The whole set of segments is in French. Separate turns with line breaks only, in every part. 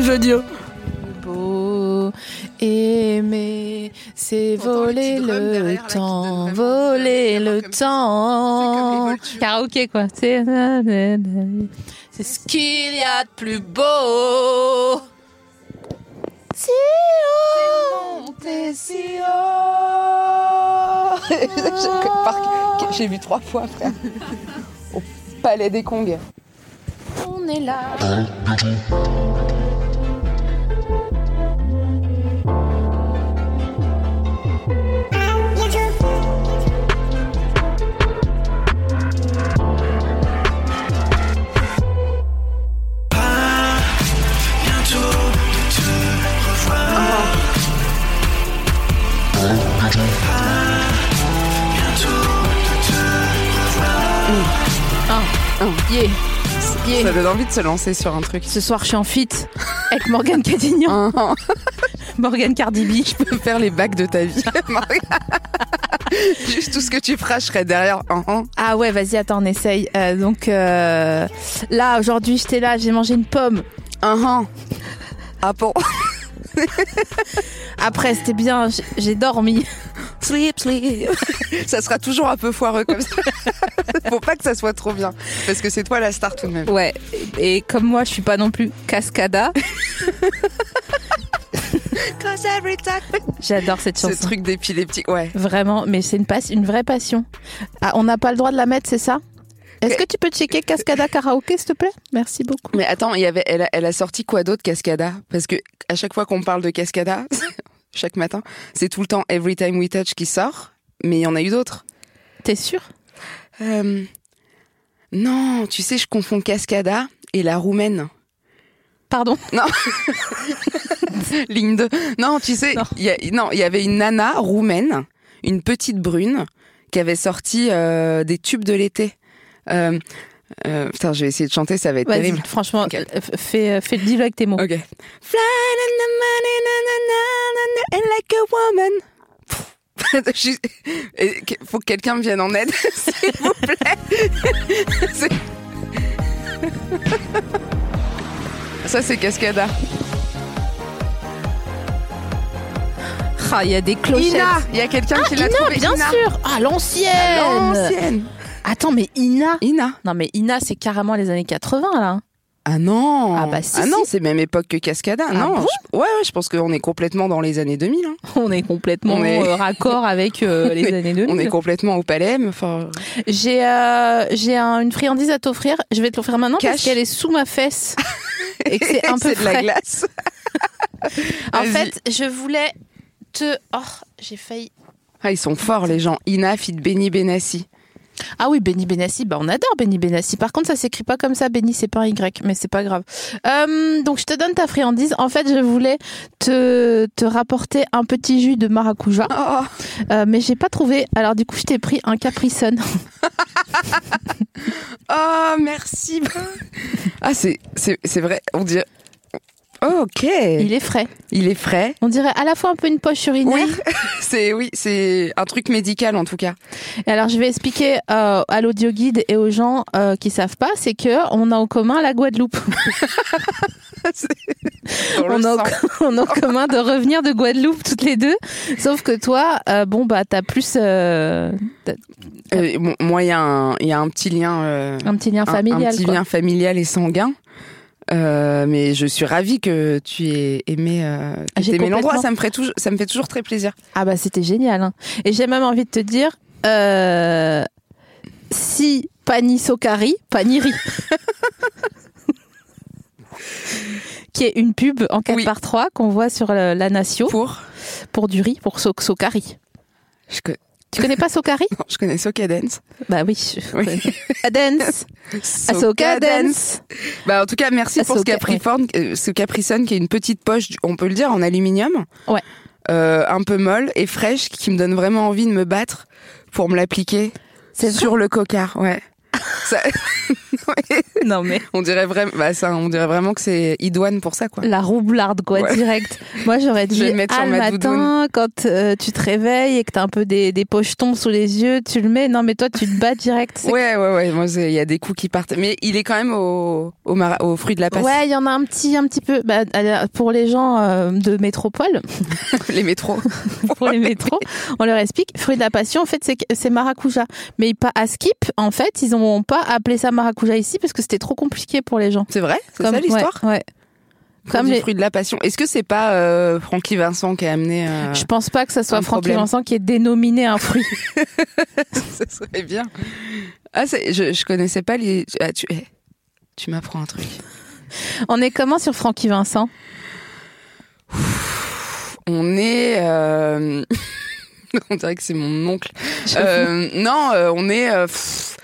Jodio.
beau. Aimer, c'est
T'entends le
voler
petit drum derrière,
le
là, qui
temps,
donne vraiment
voler
envie d'avoir
le
comme-
temps.
C'est comme les
Karaoké, quoi. C'est c'est ce qu'il y a de plus beau. Si haut, monter si haut.
Par- J'ai vu trois fois, frère. Au Palais des Congues.
On est là. Yeah.
Ça
Yeah.
donne envie de se lancer sur un truc.
Ce soir, je suis en fit avec Morgane Cadignan, Morgane Cardi B.
Je peux faire les bacs de ta vie. Juste tout ce que tu feras, je serai derrière. Hein, hein.
Ah ouais, vas-y, attends, on essaye. Euh, donc euh, là, aujourd'hui, j'étais là, j'ai mangé une pomme.
Hein, hein. Ah bon
Après, c'était bien, j'ai- j'ai dormi. Sleep, sleep.
Ça sera toujours un peu foireux comme ça. Faut pas que ça soit trop bien. Parce que c'est toi la star tout de même.
Ouais, et comme moi, je suis pas non plus cascada. J'adore cette
Ce
chanson.
truc d'épileptique. Ouais.
Vraiment, mais c'est une, passe, une vraie passion. Ah, on n'a pas le droit de la mettre, c'est ça Est-ce que tu peux checker Cascada Karaoké, s'il te plaît Merci beaucoup.
Mais attends, il y avait, elle, a, elle a sorti quoi d'autre, Cascada Parce que à chaque fois qu'on parle de Cascada, chaque matin, c'est tout le temps Every Time We Touch qui sort. Mais il y en a eu d'autres.
T'es sûr
Euh, non, tu sais, je confonds Cascada et la roumaine.
Pardon
Ligne 2. Non, tu sais,
Non.
il y a- non, il y avait une nana roumaine, une petite brune, qui avait sorti euh, des tubes de l'été. Euh, euh, putain, je vais essayer de chanter, ça va être
Vas-y,
terrible.
franchement,
Ok.
euh, f- fais, euh, fais le dis avec tes mots.
Ok. Fly like the money, na, na, na, na, na, and like a woman. Pff. Je- Et que- Faut que quelqu'un me vienne en aide, s'il vous plaît. C'est- Ça, c'est Cascada.
Ah, il y a des clochettes.
Ina, il y a quelqu'un qui l'a
Ah, Ina,
trouvé.
bien
Ina.
sûr Ah, l'ancienne
L'ancienne.
Attends, mais Ina
Ina.
Non, mais Ina, c'est carrément les années 80, là.
Ah non.
Ah bah si,
non,
si. Ah
c'est même époque que Cascada. non.
bon
je- Ouais, ouais, je pense qu'on est complètement dans les années 2000. hein.
On est complètement
On est-
euh, raccord avec euh, les années 2000.
On est complètement au palais. mais Enfin,
J'ai euh, j'ai un- une friandise à t'offrir. Je vais te l'offrir maintenant parce
Cash.
qu'elle est sous ma fesse. et que c'est un peu
c'est de la
frais.
glace.
En
Vas-y.
fait, je voulais te... Oh, j'ai failli...
Ah, ils sont forts, les gens. Ina, fit Benny Benassi.
Ah oui, Benny Benassi, bah on adore Benny Benassi. Par contre, ça s'écrit pas comme ça, Benny, c'est pas un Y, mais c'est pas grave. Euh, donc je te donne ta friandise. En fait, je voulais te, te rapporter un petit jus de maracuja,
Oh,
euh, mais j'ai pas trouvé. Alors du coup, je t'ai pris un Capri Sun.
oh, merci. ah, c'est, c'est, c'est vrai. On dirait. Oh, ok. Il
Il est frais.
est frais.
On dirait à la fois un peu une poche urinaire.
Oui, c'est oui, c'est un truc médical en tout cas.
Et alors je vais expliquer euh, à l'audio guide et aux gens euh, qui savent pas, c'est que on a en commun la Guadeloupe.
Dans le
On a,
sang.
on a en commun de revenir de Guadeloupe toutes les deux. Sauf que toi, euh, bon bah t'as plus euh,
Euh, bon, moi, il y, a un- il y a un petit lien. euh,
un petit lien
un-
familial.
Un petit
quoi.
lien familial et sanguin. Euh, mais je suis ravie que tu aies aimé, euh, que
Ah, j'ai
t'aies aimé l'endroit.
complètement-
Ça me, ferait toujours, ça me fait toujours très plaisir.
Ah bah c'était génial. hein. Et j'ai même envie de te dire, euh, si pani socari, paniri. qui est une pub en 4
Oui.
par 3 qu'on voit sur le- la Nation
Pour
pour du riz, pour so socari.
je, co-
Tu connais pas socari
non, je connais Soca Dance.
Bah oui. je
Oui.
connais. Ah, Dance, Ah, Soca Dance.
Bah, en tout cas, merci
Ah,
pour ce
Soca-
Capricorn, euh, ce Capricorn qui est une petite poche, on peut le dire, en aluminium.
Ouais.
Euh, un peu molle et fraîche, qui me donne vraiment envie de me battre pour me l'appliquer
C'est vrai
sur le cocard. Ouais. Ça- Ouais.
Non, mais
On dirait vraiment, bah ça, on dirait vraiment que c'est idoine pour ça, quoi.
la roublarde, quoi,
Ouais.
direct. Moi, j'aurais dit,
Je vais le mettre
ah,
sur
le
ma
matin, quand euh, tu te réveilles et que t'as un peu des, des pochetons sous les yeux, tu le mets. Non, mais toi, tu te bats direct. C'est-
Ouais, ouais, ouais. Moi, c'est- il y a des coups qui partent. Mais il est quand même au, au, mara- au fruit de la passe.
Ouais, il y en a un petit, un petit peu. Bah, alors, pour les gens euh, de métropole,
Les métros.
pour les métros, on leur explique. Fruit de la passion, en fait, c'est que- c'est maracuja. Mais pas à Skip, en fait, ils n'ont pas appelé ça maracuja ici parce que c'était trop compliqué pour les gens.
C'est vrai? C'est
Comme- ouais,
ça l'histoire?
ouais,
Comme
Comme
les
les-
fruits de la passion. Est-ce que c'est pas euh, Francky Vincent qui a amené euh,
Je pense pas que ça soit
Un
Francky
problème.
Vincent qui est dénominé un fruit.
Ça serait bien. Ah, c'est- je, je connaissais pas les. Ah, tu eh, tu m'apprends un truc.
on est comment sur Francky Vincent
On est. euh, on dirait que c'est mon oncle. Euh, non, euh, on est. euh, pff,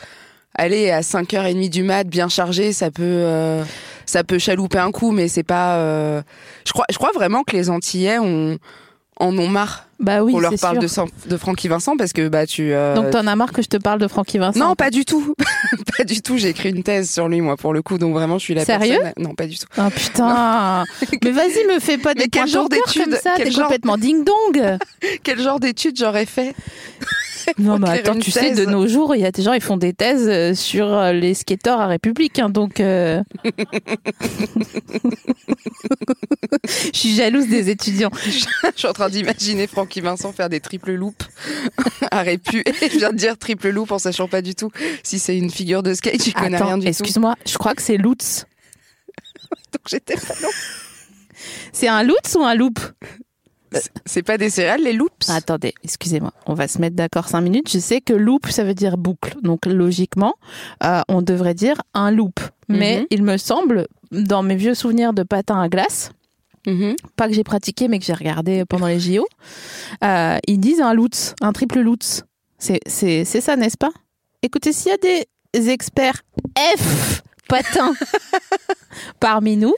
allez, à 5h30 du mat, bien chargé, ça peut. euh, ça peut chalouper un coup, mais c'est pas. euh, Je, crois, je crois vraiment que les Antillais ont, en ont marre.
Bah oui,
on leur
c'est
parle
sûr.
de, San- de Francky Vincent parce que bah tu. euh,
Donc t'en as marre que je te parle de Francky Vincent
Non, pas du tout. pas du tout. J'ai écrit une thèse sur lui, moi, pour le coup. Donc vraiment, je suis la
Sérieux
personne. Non, pas du tout.
Ah putain Mais vas-y, me fais pas des
Mais quel
points
genre d'études
comme ça,
Quel
t'es
genre-
complètement ding-dong
Quel genre d'études j'aurais fait
Non mais
Écrire
attends,
une
tu sais, de
thèse.
nos jours, il y a des gens, ils font des thèses euh, sur euh, les skateurs à République, hein, donc... euh. Je suis jalouse des étudiants.
Je suis en train d'imaginer Francky Vincent faire des triples loops à Répu. Et je viens de dire triple loop en sachant pas du tout si c'est une figure de skate. J'y connais rien
Attends,
du tout.
excuse-moi, je crois que c'est Lutz.
Donc j'étais pas loin.
C'est un Lutz ou un loop
C'est- C'est pas des céréales, les loops
Attendez, excusez-moi, on va se mettre d'accord cinq minutes. Je sais que loop, ça veut dire boucle. Donc logiquement, euh, on devrait dire un loop. Mais
Mhm.
il me semble, dans mes vieux souvenirs de patin à glace,
Mhm.
pas que j'ai pratiqué, mais que j'ai regardé pendant les JO, euh, ils disent un loots, un triple loots. C'est- C'est c'est ça, n'est-ce pas Écoutez, s'il y a des experts F patin parmi nous,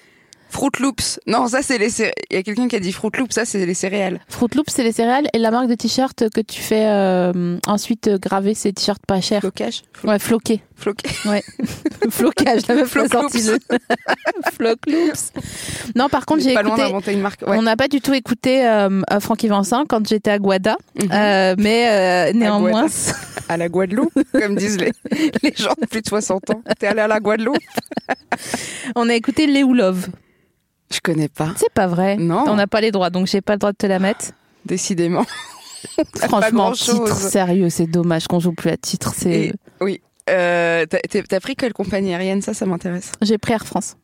Fruit loops. Non, ça c'est les céréales. Il y a quelqu'un qui a dit fruit loops, ça c'est les céréales.
Fruit Loops, c'est les céréales et la marque de t-shirt que tu fais euh, ensuite euh, graver ces t-shirts pas chers.
Flocage
Ouais, floqué.
Floqué.
Le flocage, la meuf l'a
Flocloops.
sorti le- Flocloops. Non, par contre, j'ai
Pas loin
écouté.
d'inventer une marque. Ouais.
On n'a pas du tout écouté euh, euh, Francky Vincent quand j'étais à Guada,
Mhm.
euh, mais euh, néanmoins,
À la Guadeloupe, comme disent les, les gens de plus de 60 ans. T'es allé à la Guadeloupe
on a écouté Léoulov.
Je connais pas.
C'est pas vrai.
Non.
On n'a pas les droits, donc j'ai pas le droit de te la mettre.
Décidément. pas
Franchement,
grand-chose.
titre sérieux, c'est dommage qu'on joue plus à titre. C'est,
Et- oui. Euh, t'as- t'es- T'as pris quelle compagnie aérienne Ça, ça m'intéresse.
j'ai pris Air France.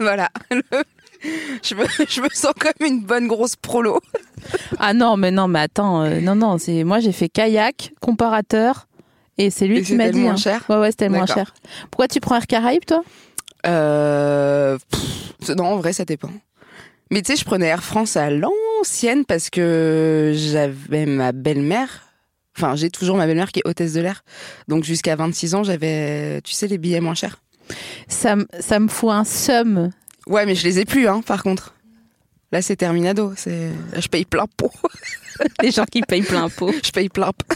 voilà. Le- Je me, je me sens comme une bonne grosse prolo.
Ah non, mais non, mais attends, euh, non, non, c'est moi j'ai fait kayak, comparateur, et c'est lui
Et
qui m'a
c'était le
dit.
moins
hein.
cher
Ouais, ouais, c'était le moins
D'accord.
cher. Pourquoi tu prends Air Caraïbes, toi
Euh, pff, non, en vrai, ça dépend. Mais tu sais, je prenais Air France à l'ancienne parce que j'avais ma belle-mère. Enfin, j'ai toujours ma belle-mère qui est hôtesse de l'air. Donc jusqu'à 26 ans, j'avais, tu sais, les billets moins chers.
ça, me- ça me fout un seum.
Ouais, mais je les ai plus, hein, par contre. Là, c'est terminado. C'est, là, je paye plein pot.
Les gens qui payent plein pot.
Je paye plein pot.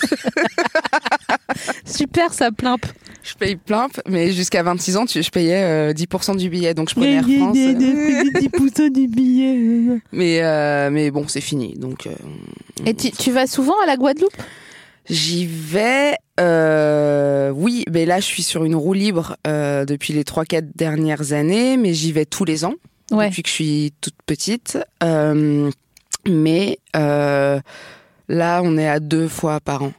Super, ça plimpe.
Je paye plein, mais jusqu'à 26 ans, tu- je payais euh, 10% du billet. Donc je prenais Air France.
du billet.
Mais, euh, mais bon, c'est fini. Donc, euh,
Et tu, tu vas souvent à la Guadeloupe
j'y vais. euh, oui, mais là, je suis sur une roue libre euh, depuis les 3-4 dernières années, mais j'y vais tous les ans,
Ouais.
depuis que je suis toute petite. Euh, mais euh, là, on est à deux fois par an.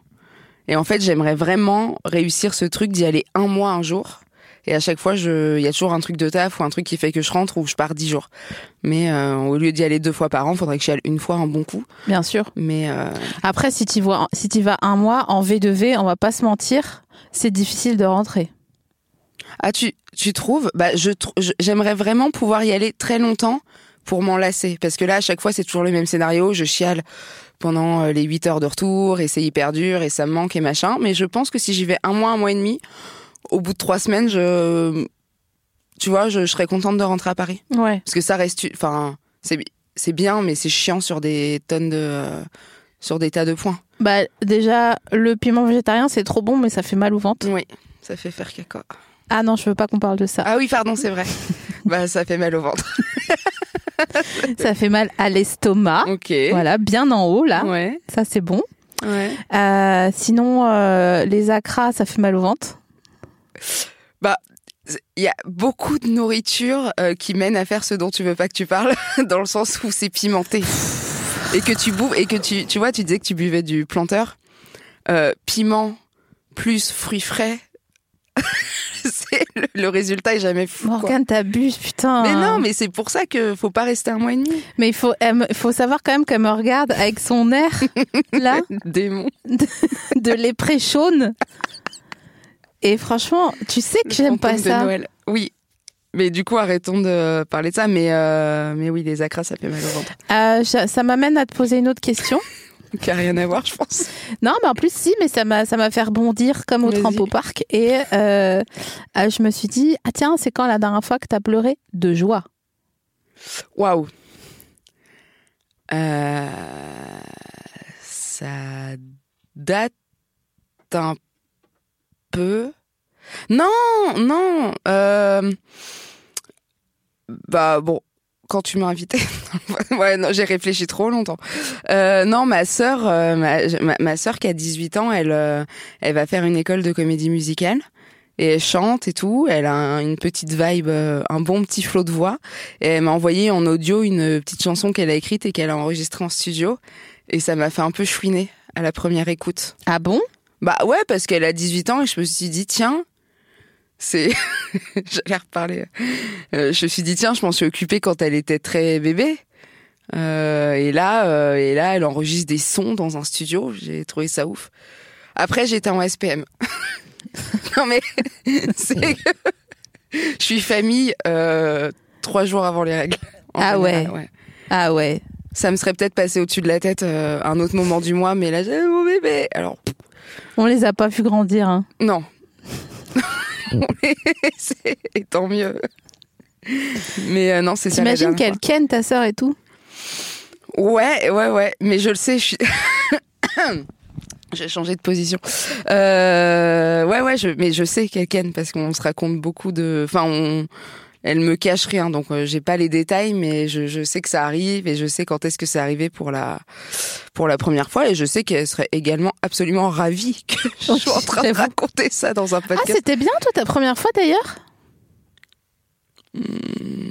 Et en fait, j'aimerais vraiment réussir ce truc d'y aller un mois, un jour. Et à chaque fois, je- il y a toujours un truc de taf ou un truc qui fait que je rentre ou je pars dix jours. Mais euh, au lieu d'y aller deux fois par an, faudrait que j'y aille une fois un bon coup.
Bien sûr.
Mais euh,
Après, si tu vois, si t'y vas un mois en V2V, on va pas se mentir, c'est difficile de rentrer.
Ah, tu, tu trouves bah, je, tr- je- J'aimerais vraiment pouvoir y aller très longtemps pour m'en lasser. Parce que là, à chaque fois, c'est toujours le même scénario. Je chiale pendant euh, les 8 heures de retour et c'est hyper dur et ça me manque et machin. Mais je pense que si j'y vais un mois, un mois et demi, au bout de trois semaines, je. Tu vois, je, je serais contente de rentrer à Paris.
Ouais.
Parce que ça reste. Enfin, c'est, bi- c'est bien, mais c'est chiant sur des tonnes de. euh, sur des tas de points.
Bah déjà, le piment végétarien, c'est trop bon, mais ça fait mal au ventre.
Oui, Ça fait faire caca.
Ah non, je veux pas qu'on parle de ça.
Ah oui, pardon, c'est vrai. bah, ça fait mal au ventre.
Ça fait mal à l'estomac.
Ok.
Voilà, bien en haut là.
Ouais.
Ça c'est bon.
Ouais.
Euh, sinon, euh, les acras, ça fait mal au ventre.
Il y a beaucoup de nourriture euh, qui mène à faire ce dont tu veux pas que tu parles, dans le sens où c'est pimenté. Et que tu bouffes, et que tu, tu vois, tu disais que tu buvais du planteur. Euh, piment plus fruits frais. c'est le, le résultat est jamais fou. quoi.
Morgane, hein. t'abuses, putain.
Mais non, mais c'est pour ça que faut pas rester un mois et demi.
Mais il faut, elle me- faut savoir quand même qu'elle me regarde avec son air, là,
Démon.
de lépré chaune. Et franchement, tu sais que
Le
j'aime pas
fantôme de
ça.
Noël. Oui. Mais du coup, arrêtons de parler de ça. Mais, euh, mais oui, les acras, ça fait mal au ventre.
Euh, je- ça m'amène à te poser une autre question.
Qui a rien à voir, je pense.
Non, mais en plus, si, mais ça m'a, ça m'a fait rebondir comme au
Vas-y.
trampo parc. Et euh, euh, je me suis dit, ah tiens, c'est quand la dernière fois que t'as pleuré de joie
Waouh. Euh, Ça date un peu. Non, non. euh, Bah bon, quand tu m'as invité. ouais, non, j'ai réfléchi trop longtemps. Euh, non, ma sœur, euh, ma, ma, ma sœur qui a 18 ans, elle, euh, elle va faire une école de comédie musicale. Et elle chante et tout, elle a un- une petite vibe, euh, un bon petit flot de voix. Et elle m'a envoyé en audio une euh, petite chanson qu'elle a écrite et qu'elle a enregistrée en studio. Et ça m'a fait un peu chouiner à la première écoute.
Ah bon
Bah ouais, parce qu'elle a 18 ans et je me suis dit, tiens, c'est... J'allais reparler. Euh, je me suis dit, tiens, je m'en suis occupée quand elle était très bébé. Euh, et, là, euh, et là, elle enregistre des sons dans un studio. J'ai trouvé ça ouf. Après, j'étais en SPM. non mais, c'est que je suis famille euh, trois jours avant les règles. en
Ah ouais. Ah ouais.
ça me serait peut-être passé au-dessus de la tête euh, un autre moment du mois, mais là, j'ai mon bébé. Alors, pff,
On les a pas vu grandir. hein.
non. C'est- et tant mieux. Mais euh, non, c'est ça. la
T'imagines qu'elle
dernière
ken ta sœur et tout
fois. Ouais, ouais, ouais. Mais je le sais, je suis. J'ai changé de position. Euh, ouais, ouais, je, mais je sais qu'elle ken parce qu'on se raconte beaucoup de. Enfin, on. Elle me cache rien, donc euh, j'ai pas les détails, mais je, je sais que ça arrive et je sais quand est-ce que c'est arrivé pour la pour la première fois et je sais qu'elle serait également absolument ravie que je
Oui,
sois en train de
Oh, j'avoue.
raconter ça dans un
Ah,
podcast.
c'était bien, toi, ta première fois d'ailleurs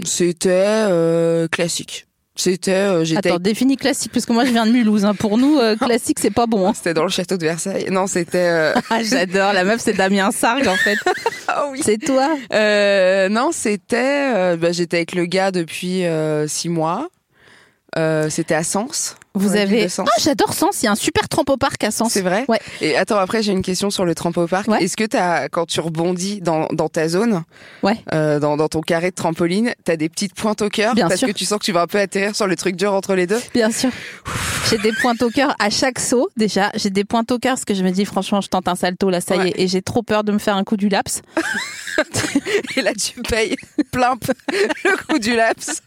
C'était euh, classique. C'était euh, j'étais
Attends, définis classique, parce que moi je viens de Mulhouse. hein. Pour nous, euh, classique, c'est pas bon. hein.
c'était dans le château de Versailles. Non, c'était euh,
Ah, j'adore, la meuf, c'est Damien Sargue en fait.
ah oui.
C'est toi
Euh, non, c'était euh, bah, j'étais avec le gars depuis euh, six mois. Euh, c'était à Sens.
Vous
Ouais,
avez.
de Sens.
Ah, j'adore Sens, il y a un super trampo parc à Sens.
C'est vrai
Ouais.
Et attends, après, j'ai une question sur le trampopark.
Ouais.
Est-ce que t'as, quand tu rebondis dans, dans ta zone,
Ouais.
euh, dans, dans ton carré de trampoline, t'as des petites pointes au cœur
Bien
parce
sûr.
que tu sens que tu vas un peu atterrir sur le truc dur entre les deux
Bien sûr. J'ai des pointes au cœur à chaque saut, déjà. J'ai des pointes au cœur parce que je me dis, franchement, je tente un salto, là, ça
Ouais.
y est. Et j'ai trop peur de me faire un coup du laps.
et là tu payes plein p- le coup du laps.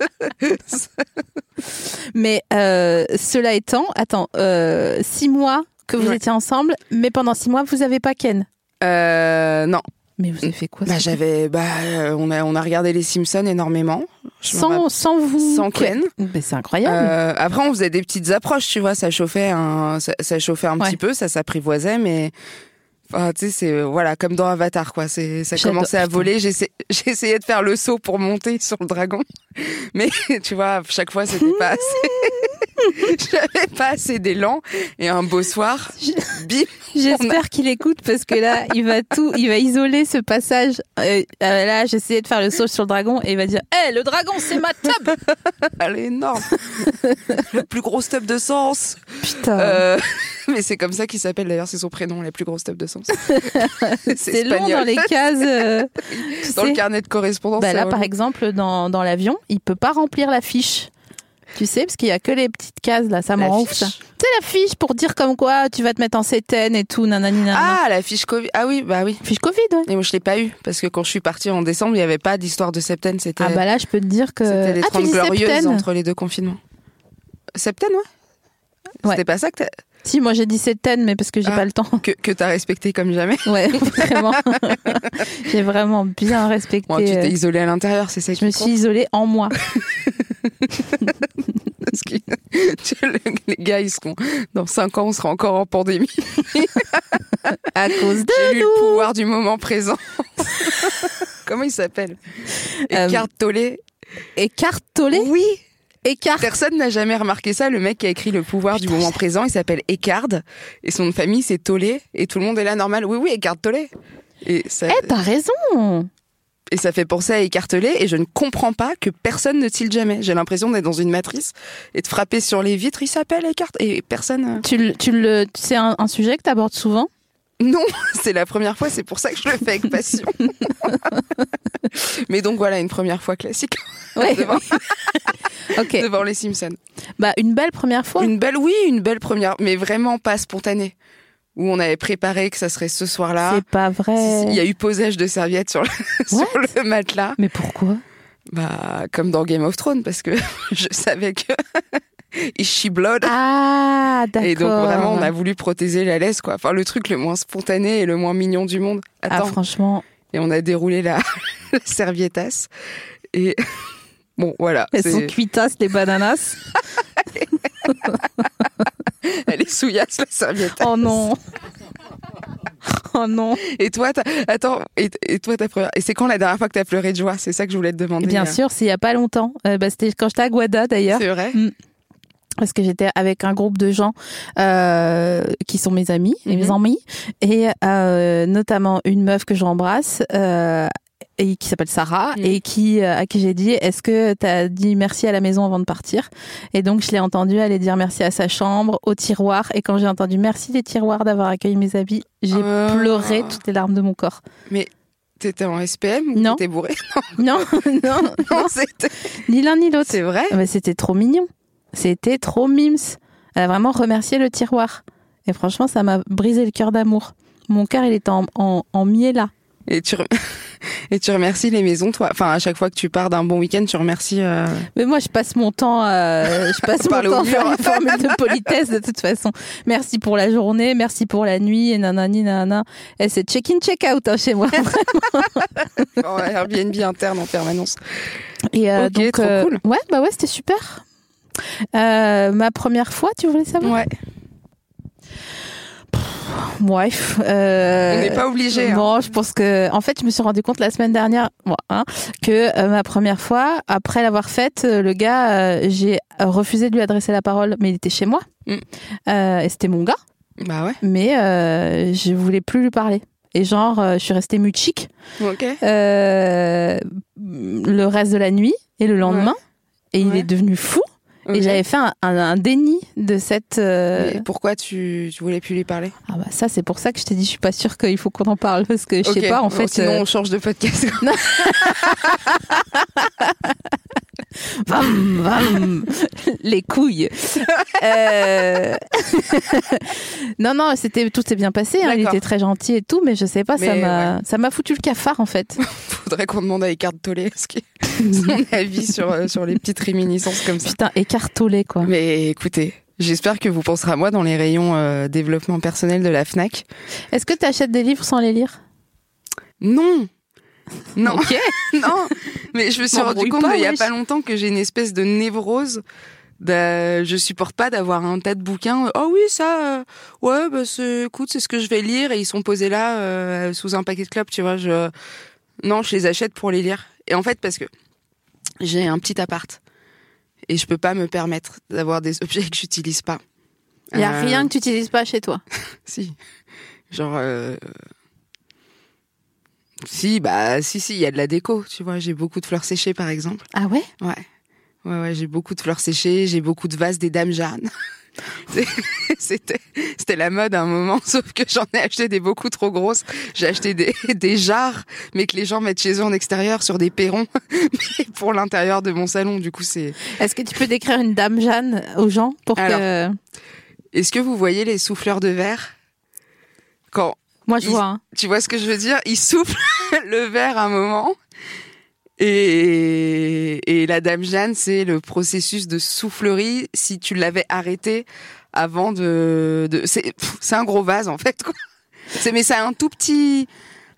Mais euh, cela étant, attends, euh, six mois que vous
Ouais.
étiez ensemble, mais pendant six mois, vous avez pas Ken.
Euh, non,
Mais vous avez fait quoi
bah
ça
j'avais, bah euh, on a on a regardé les Simpsons énormément. Je me rappelle.
sans, sans vous.
sans Ken.
Mais c'est incroyable.
Euh, après, on faisait des petites approches, tu vois, ça chauffait un, ça, ça chauffait un
Ouais.
petit peu, ça s'apprivoisait, mais enfin, tu sais, c'est euh, voilà comme dans Avatar, quoi. C'est ça
J'adore,
commençait à
putain.
voler. j'essa- J'essayais de faire le saut pour monter sur le dragon, mais tu vois, chaque fois c'était pas assez. J'avais pas assez d'élan et un beau soir, bim,
J'espère qu'il écoute parce que là, il va tout, il va isoler ce passage. Euh, euh, là, j'essayais de faire le saut sur le dragon et il va dire Hé, le dragon, c'est ma table
elle est énorme, la plus grosse tub de sens.
Putain,
Euh, mais c'est comme ça qu'il s'appelle d'ailleurs, c'est son prénom, la plus grosse tub de sens.
c'est long dans
espagnol.
les cases. euh, tu
dans
sais.
le carnet de correspondance.
Bah
ça
là,
va
par exemple, dans, dans l'avion, il peut pas remplir la fiche. Tu sais, parce qu'il y a que les petites cases là, ça me
La
rend ouf
fiche.
ça. Tu sais, la fiche pour dire comme quoi tu vas te mettre en CTN et tout, nanani nanana.
Ah, la fiche Covid. Ah oui, bah oui.
Fiche Covid, ouais.
Et moi, je l'ai pas eu parce que quand je suis partie en décembre, il n'y avait pas d'histoire de septaine. C'était
Ah bah là, je peux te dire que.
c'était les
Ah, tu
30
dis
glorieuses
septaine.
entre les deux confinements. Septaine, ouais.
Ouais.
C'était pas ça que t'as.
Si, moi j'ai dit septaine, mais parce que j'ai
Ah.
pas le temps.
que, que t'as respecté comme jamais.
Ouais, vraiment. j'ai vraiment bien respecté.
Bon, tu
euh,
t'es isolée à l'intérieur, c'est ça
je me suis isolée en moi.
Parce que tu vois, le- les gars, ils seront. Dans 5 ans, on sera encore en pandémie.
À cause de
J'ai lu le pouvoir du moment présent. Comment il s'appelle
Euh,
Eckhart Tolle.
écartolé,
Oui.
écart.
Personne n'a jamais remarqué ça. Le mec qui a écrit Le pouvoir du
Putain,
moment présent, il s'appelle Eckhart. Et son nom de famille, c'est Tolle. Et tout le monde est là, normal. Oui, oui, Eckhart Tolle. Et ça,
Eh, t'as raison.
et ça fait penser à écarteler. Et je ne comprends pas que personne ne tire jamais. J'ai l'impression d'être dans une matrice et de frapper sur les vitres. Il s'appelle Eckhart. Et personne. euh,
Tu, le- tu le, c'est un, un sujet que t'abordes souvent.
Non, c'est la première fois, c'est pour ça que je le fais avec passion. Mais donc voilà, une première fois classique
Ouais.
devant,
ok.
devant les Simpsons.
Bah une belle première fois.
Une belle, oui, une belle première, mais vraiment pas spontanée. Où on avait préparé que ça serait ce soir-là.
C'est pas
Si, si, Il y
vrai.
a eu posage de serviettes sur le, sur
What
le matelas.
Mais pourquoi
Bah, comme dans Game of Thrones, parce que je savais que she blood.
Ah d'accord.
Et donc vraiment, on a voulu protéger la laisse, quoi. Enfin, le truc le moins spontané et le moins mignon du monde.
Ah
Attends,
franchement,
et on a déroulé la, la serviettasse. Et bon, voilà,
elles
c'est-
sont cuitasses les bananas.
elle est souillasse la serviettasse.
Oh non. Oh non.
Et toi, t'as- attends, et, et toi, ta première. Et c'est quand la dernière fois que t'as pleuré de joie C'est ça que je voulais te demander. hein.
Bien sûr, c'est il y a pas longtemps. Euh, bah, c'était quand j'étais à Guada d'ailleurs.
C'est vrai.
parce que j'étais avec un groupe de gens euh, qui sont mes amis, mes
Mhm.
amis, et euh, notamment une meuf que j'embrasse. Euh, et qui s'appelle Sarah
Mhm.
et qui euh, à qui j'ai dit est-ce que t'as dit merci à la maison avant de partir et donc je l'ai entendue aller dire merci à sa chambre au tiroir et quand j'ai entendu merci les tiroirs d'avoir accueilli mes habits j'ai
Ah.
pleuré toutes les larmes de mon corps
T'étais en SPM ou
Non.
t'étais bourré
non non
Non, c'était-
ni l'un ni l'autre
c'est vrai.
Ah bah, c'était trop mignon. C'était trop mims. Elle a vraiment remercié le tiroir. Et franchement, ça m'a brisé le cœur d'amour. Mon cœur, il était en, en, en miel là.
Et tu rem- et tu remercies les maisons, toi. Enfin, à chaque fois que tu pars d'un bon week-end, tu remercies. euh,
Mais moi, je passe mon temps, euh, je passe mon
Parler
temps
au
à faire
mur.
une formule de politesse de toute façon. Merci pour la journée, merci pour la nuit, et nanani nanana. Et c'est check-in, check-out hein, chez moi.
en Airbnb interne en permanence.
Et euh,
Ok,
donc,
trop
euh,
cool.
ouais, bah ouais, c'était super. Euh, ma première fois, tu voulais savoir
Ouais.
Ouais. pff, euh,
On n'est pas obligé. hein.
Bon, je pense que, en fait, je me suis rendu compte la semaine dernière, moi, hein, que euh, ma première fois, après l'avoir faite, euh, le gars, euh, j'ai refusé de lui adresser la parole, mais il était chez moi.
Mm.
Euh, et c'était mon gars,
Bah ouais.
mais euh, je voulais plus lui parler. Et genre, euh, je suis restée mute chic,
Ok.
euh, le reste de la nuit et le lendemain. Et il
Ouais.
est devenu fou.
Ok.
Et j'avais fait un, un- un déni de cette. euh,
Mais pourquoi tu, tu voulais plus lui parler
Ah bah ça, c'est pour ça que je t'ai dit, je suis pas sûre qu'il faut qu'on en parle parce que je sais
Ok.
pas. En
Bon,
fait,
sinon
euh,
on change de podcast.
Vam, vam. les couilles. Euh, non, non, c'était tout s'est bien passé. hein. il
D'accord.
était très gentil et tout, mais je sais pas, ça
Mais
m'a ça m'a foutu le cafard en fait.
Faudrait qu'on demande à Eckhart Tolle ce qui son avis sur euh, sur les petites réminiscences comme ça.
Putain, écartolé quoi.
Mais écoutez, j'espère que vous penserez à moi dans les rayons euh, développement personnel de la Fnac.
Est-ce que tu achètes des livres sans les lire
Non. Non,
Ok.
non. Mais je me suis rendu
M'embrouille
compte
pas,
il y a
wesh.
pas longtemps que j'ai une espèce de névrose. d'a- Je supporte pas d'avoir un tas de bouquins. Oh oui, ça, euh, ouais, bah c'est, écoute, c'est ce que je vais lire et ils sont posés là euh, sous un paquet de clopes, tu vois. Je, non, je les achète pour les lire. Et en fait, parce que j'ai un petit appart et je peux pas me permettre d'avoir des objets que j'utilise pas.
Il y a
Euh,
rien que tu utilises pas chez toi.
si. Genre. euh, Si, bah, si, si, il y a de la déco, tu vois. J'ai beaucoup de fleurs séchées, par exemple.
Ah ouais
Ouais. Ouais, ouais, j'ai beaucoup de fleurs séchées, j'ai beaucoup de vases des Dames Jeanne. C'est- C'était c'était la mode à un moment, sauf que j'en ai acheté des beaucoup trop grosses. J'ai acheté des, des jarres, mais que les gens mettent chez eux en extérieur sur des perrons, mais pour l'intérieur de mon salon. Du coup, c'est.
Est-ce que tu peux décrire une dame Jeanne aux gens pour que
Est-ce que vous voyez les souffleurs de verre Quand
moi je
il-
vois. hein.
Tu vois ce que je veux dire Il souffle le verre un moment. Et, et la dame Jeanne, c'est le processus de soufflerie. Si tu l'avais arrêté avant de, de c'est pff, c'est un gros vase en fait quoi. C'est mais c'est un tout petit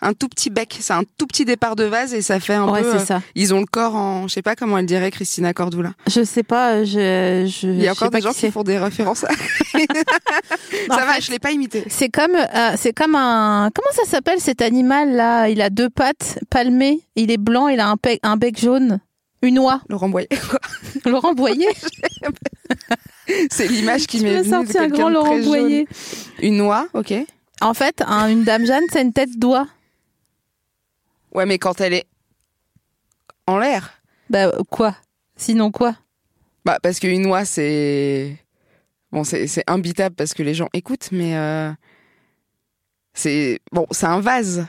un tout petit bec, c'est un tout petit départ de vase et ça fait un
ouais,
peu euh,
c'est ça.
ils ont le corps en je sais pas comment elle dirait Christina Cordula.
Je sais pas, je. je
Il
je
y a
sais
encore
pas
des gens
qui c'est.
qui font des références. à-
En
ça va,
fait,
je l'ai pas imité.
C'est comme, euh, c'est comme un. Comment ça s'appelle cet animal là Il a deux pattes palmées, il est blanc, il a un, pe- un bec jaune. Une oie.
Laurent Boyer. quoi.
Laurent Boyer.
C'est l'image qui
Tu
m'est
m'as
venue de
sorti un
quelqu'un
grand
de
Laurent
très jaune.
Boyer.
Une noix, OK.
En fait, un- une dame Jeanne, c'est une tête d'oie.
Ouais, mais quand elle est en l'air.
Bah quoi Sinon quoi
Bah parce qu'une noix c'est bon c'est c'est imbitable parce que les gens écoutent mais euh, c'est bon, c'est un vase.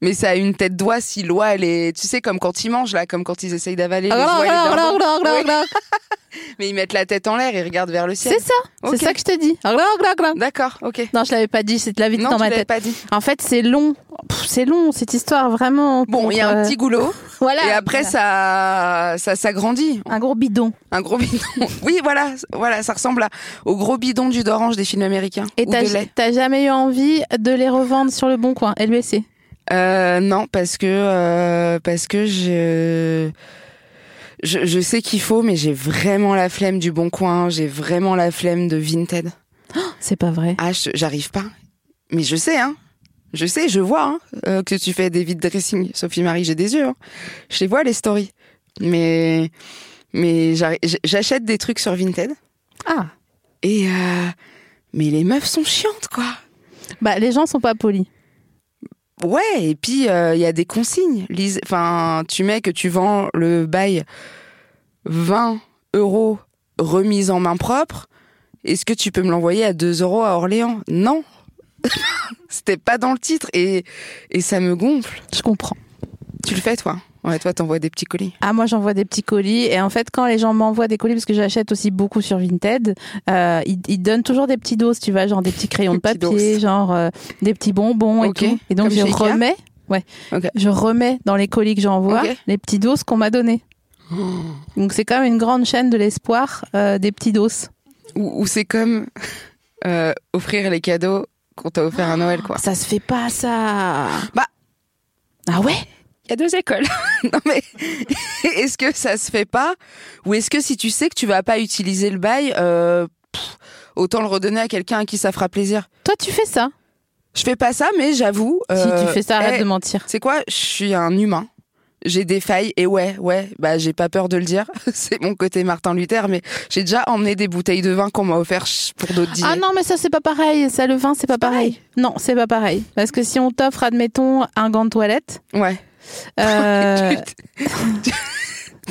Mais ça a une tête d'oie si l'oie elle est tu sais comme quand ils mangent là comme quand ils essayent d'avaler les
Ah,
oies, les dindons. mais ils mettent la tête en l'air et regardent vers le ciel.
C'est ça,
Ok.
c'est ça que je te dis.
D'accord, OK.
Non, je l'avais pas dit, c'est de la vite
non,
dans
tu
ma
l'avais
tête.
pas dit.
En fait, c'est long. Pff, C'est long, cette histoire, vraiment.
Bon,
pour,
il y a
euh,
un petit goulot
Voilà.
et après ça ça s'agrandit.
Un gros bidon.
Un gros bidon. Oui, voilà, voilà, ça ressemble à- au gros bidon du d'orange des films américains.
Et
ou de
t'as
lait.
t'as jamais eu envie de les revendre sur le bon coin, LBC.
Euh, non, parce que euh, parce que je je, je sais qu'il faut, mais j'ai vraiment la flemme du Bon Coin. J'ai vraiment la flemme de Vinted.
C'est pas vrai.
Ah, je- j'arrive pas. Mais je sais, hein. Je sais, je vois hein, euh, que tu fais des vides dressing, Sophie Marie. J'ai des yeux. hein. Je les vois les stories. Mais mais j'arri- j'- j'achète des trucs sur Vinted.
Ah.
Et euh, mais les meufs sont chiantes, quoi.
Bah, les gens sont pas polis.
Ouais, et puis euh, il y a des consignes. Lise- Enfin, tu mets que tu vends le bail 20 euros remise en main propre. Est-ce que tu peux me l'envoyer à 2 euros à Orléans Non. C'était pas dans le titre et, et ça me gonfle.
Je comprends.
Tu le fais, toi Ouais, toi, t'envoies des petits colis.
Ah, moi, j'envoie des petits colis. Et en fait, quand les gens m'envoient des colis, parce que j'achète aussi beaucoup sur Vinted, euh, ils, ils donnent toujours des petits doses, tu vois, genre des petits crayons de
Des petits
papier,
doses.
genre euh, des petits bonbons
Ok.
et tout. Et donc,
Comme
je
chez Ikea
remets. Ouais.
Ok.
Je remets dans les colis que j'envoie
Ok. Oh.
les petits doses qu'on m'a données. Donc, c'est quand même une grande chaîne de l'espoir euh, des petits doses.
Ou, ou c'est comme euh, offrir les cadeaux qu'on t'a offert à Noël, quoi.
Ça se fait pas, ça
Bah.
Ah ouais
Il y a deux écoles. non mais est-ce que ça se fait pas ou est-ce que si tu sais que tu vas pas utiliser le bail, euh, pff, autant le redonner à quelqu'un à qui ça fera plaisir.
Toi, tu fais ça.
Je fais pas ça, mais j'avoue.
si
euh,
tu fais ça, arrête
eh,
de mentir.
C'est quoi Je suis un humain. J'ai des failles et ouais, ouais, bah j'ai pas peur de le dire. C'est mon côté Martin Luther, mais j'ai déjà emmené des bouteilles de vin qu'on m'a offert ch- pour d'autres dîners.
Ah non, mais ça, c'est pas pareil. Ça, le vin, c'est pas pareil. Non, c'est pas pareil. Parce que si on t'offre, admettons, un gant de toilette,
Ouais.
euh,
Tu- tu-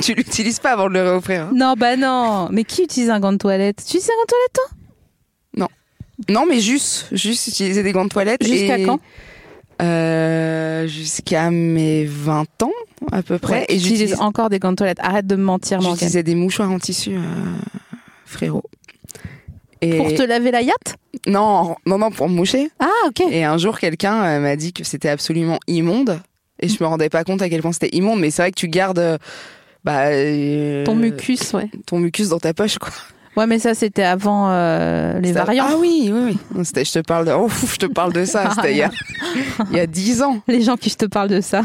tu l'utilises pas avant de le réoffrir. hein.
non, bah non. Mais qui utilise un gant de toilette Tu utilises un gant de toilette, toi
Non, mais juste, juste utiliser des gants de toilette.
Jusqu'à
et-
quand
Euh, Jusqu'à mes 20 ans, à peu près.
Et
et
j'utilise
j'utilisais
encore des gants de toilette. Arrête de me mentir, Morgane.
j'utilisais des mouchoirs en tissu, euh, frérot. Et
Pour te laver la yacht
non, non, non, pour me moucher.
Ah, ok.
Et un jour, quelqu'un euh, m'a dit que c'était absolument immonde. Et je me rendais pas compte à quel point c'était immonde, mais c'est vrai que tu gardes euh, bah, euh,
Ton mucus, ouais.
ton mucus dans ta poche, quoi.
Ouais, mais ça, c'était avant euh, les
Ça-
variants. Ah,
Ah oui, oui, oui. Non, c'était- Je te parle de, oh, fou, je te parle de ça. C'était il y a- il y a 10 ans.
Les gens qui je te parle de ça.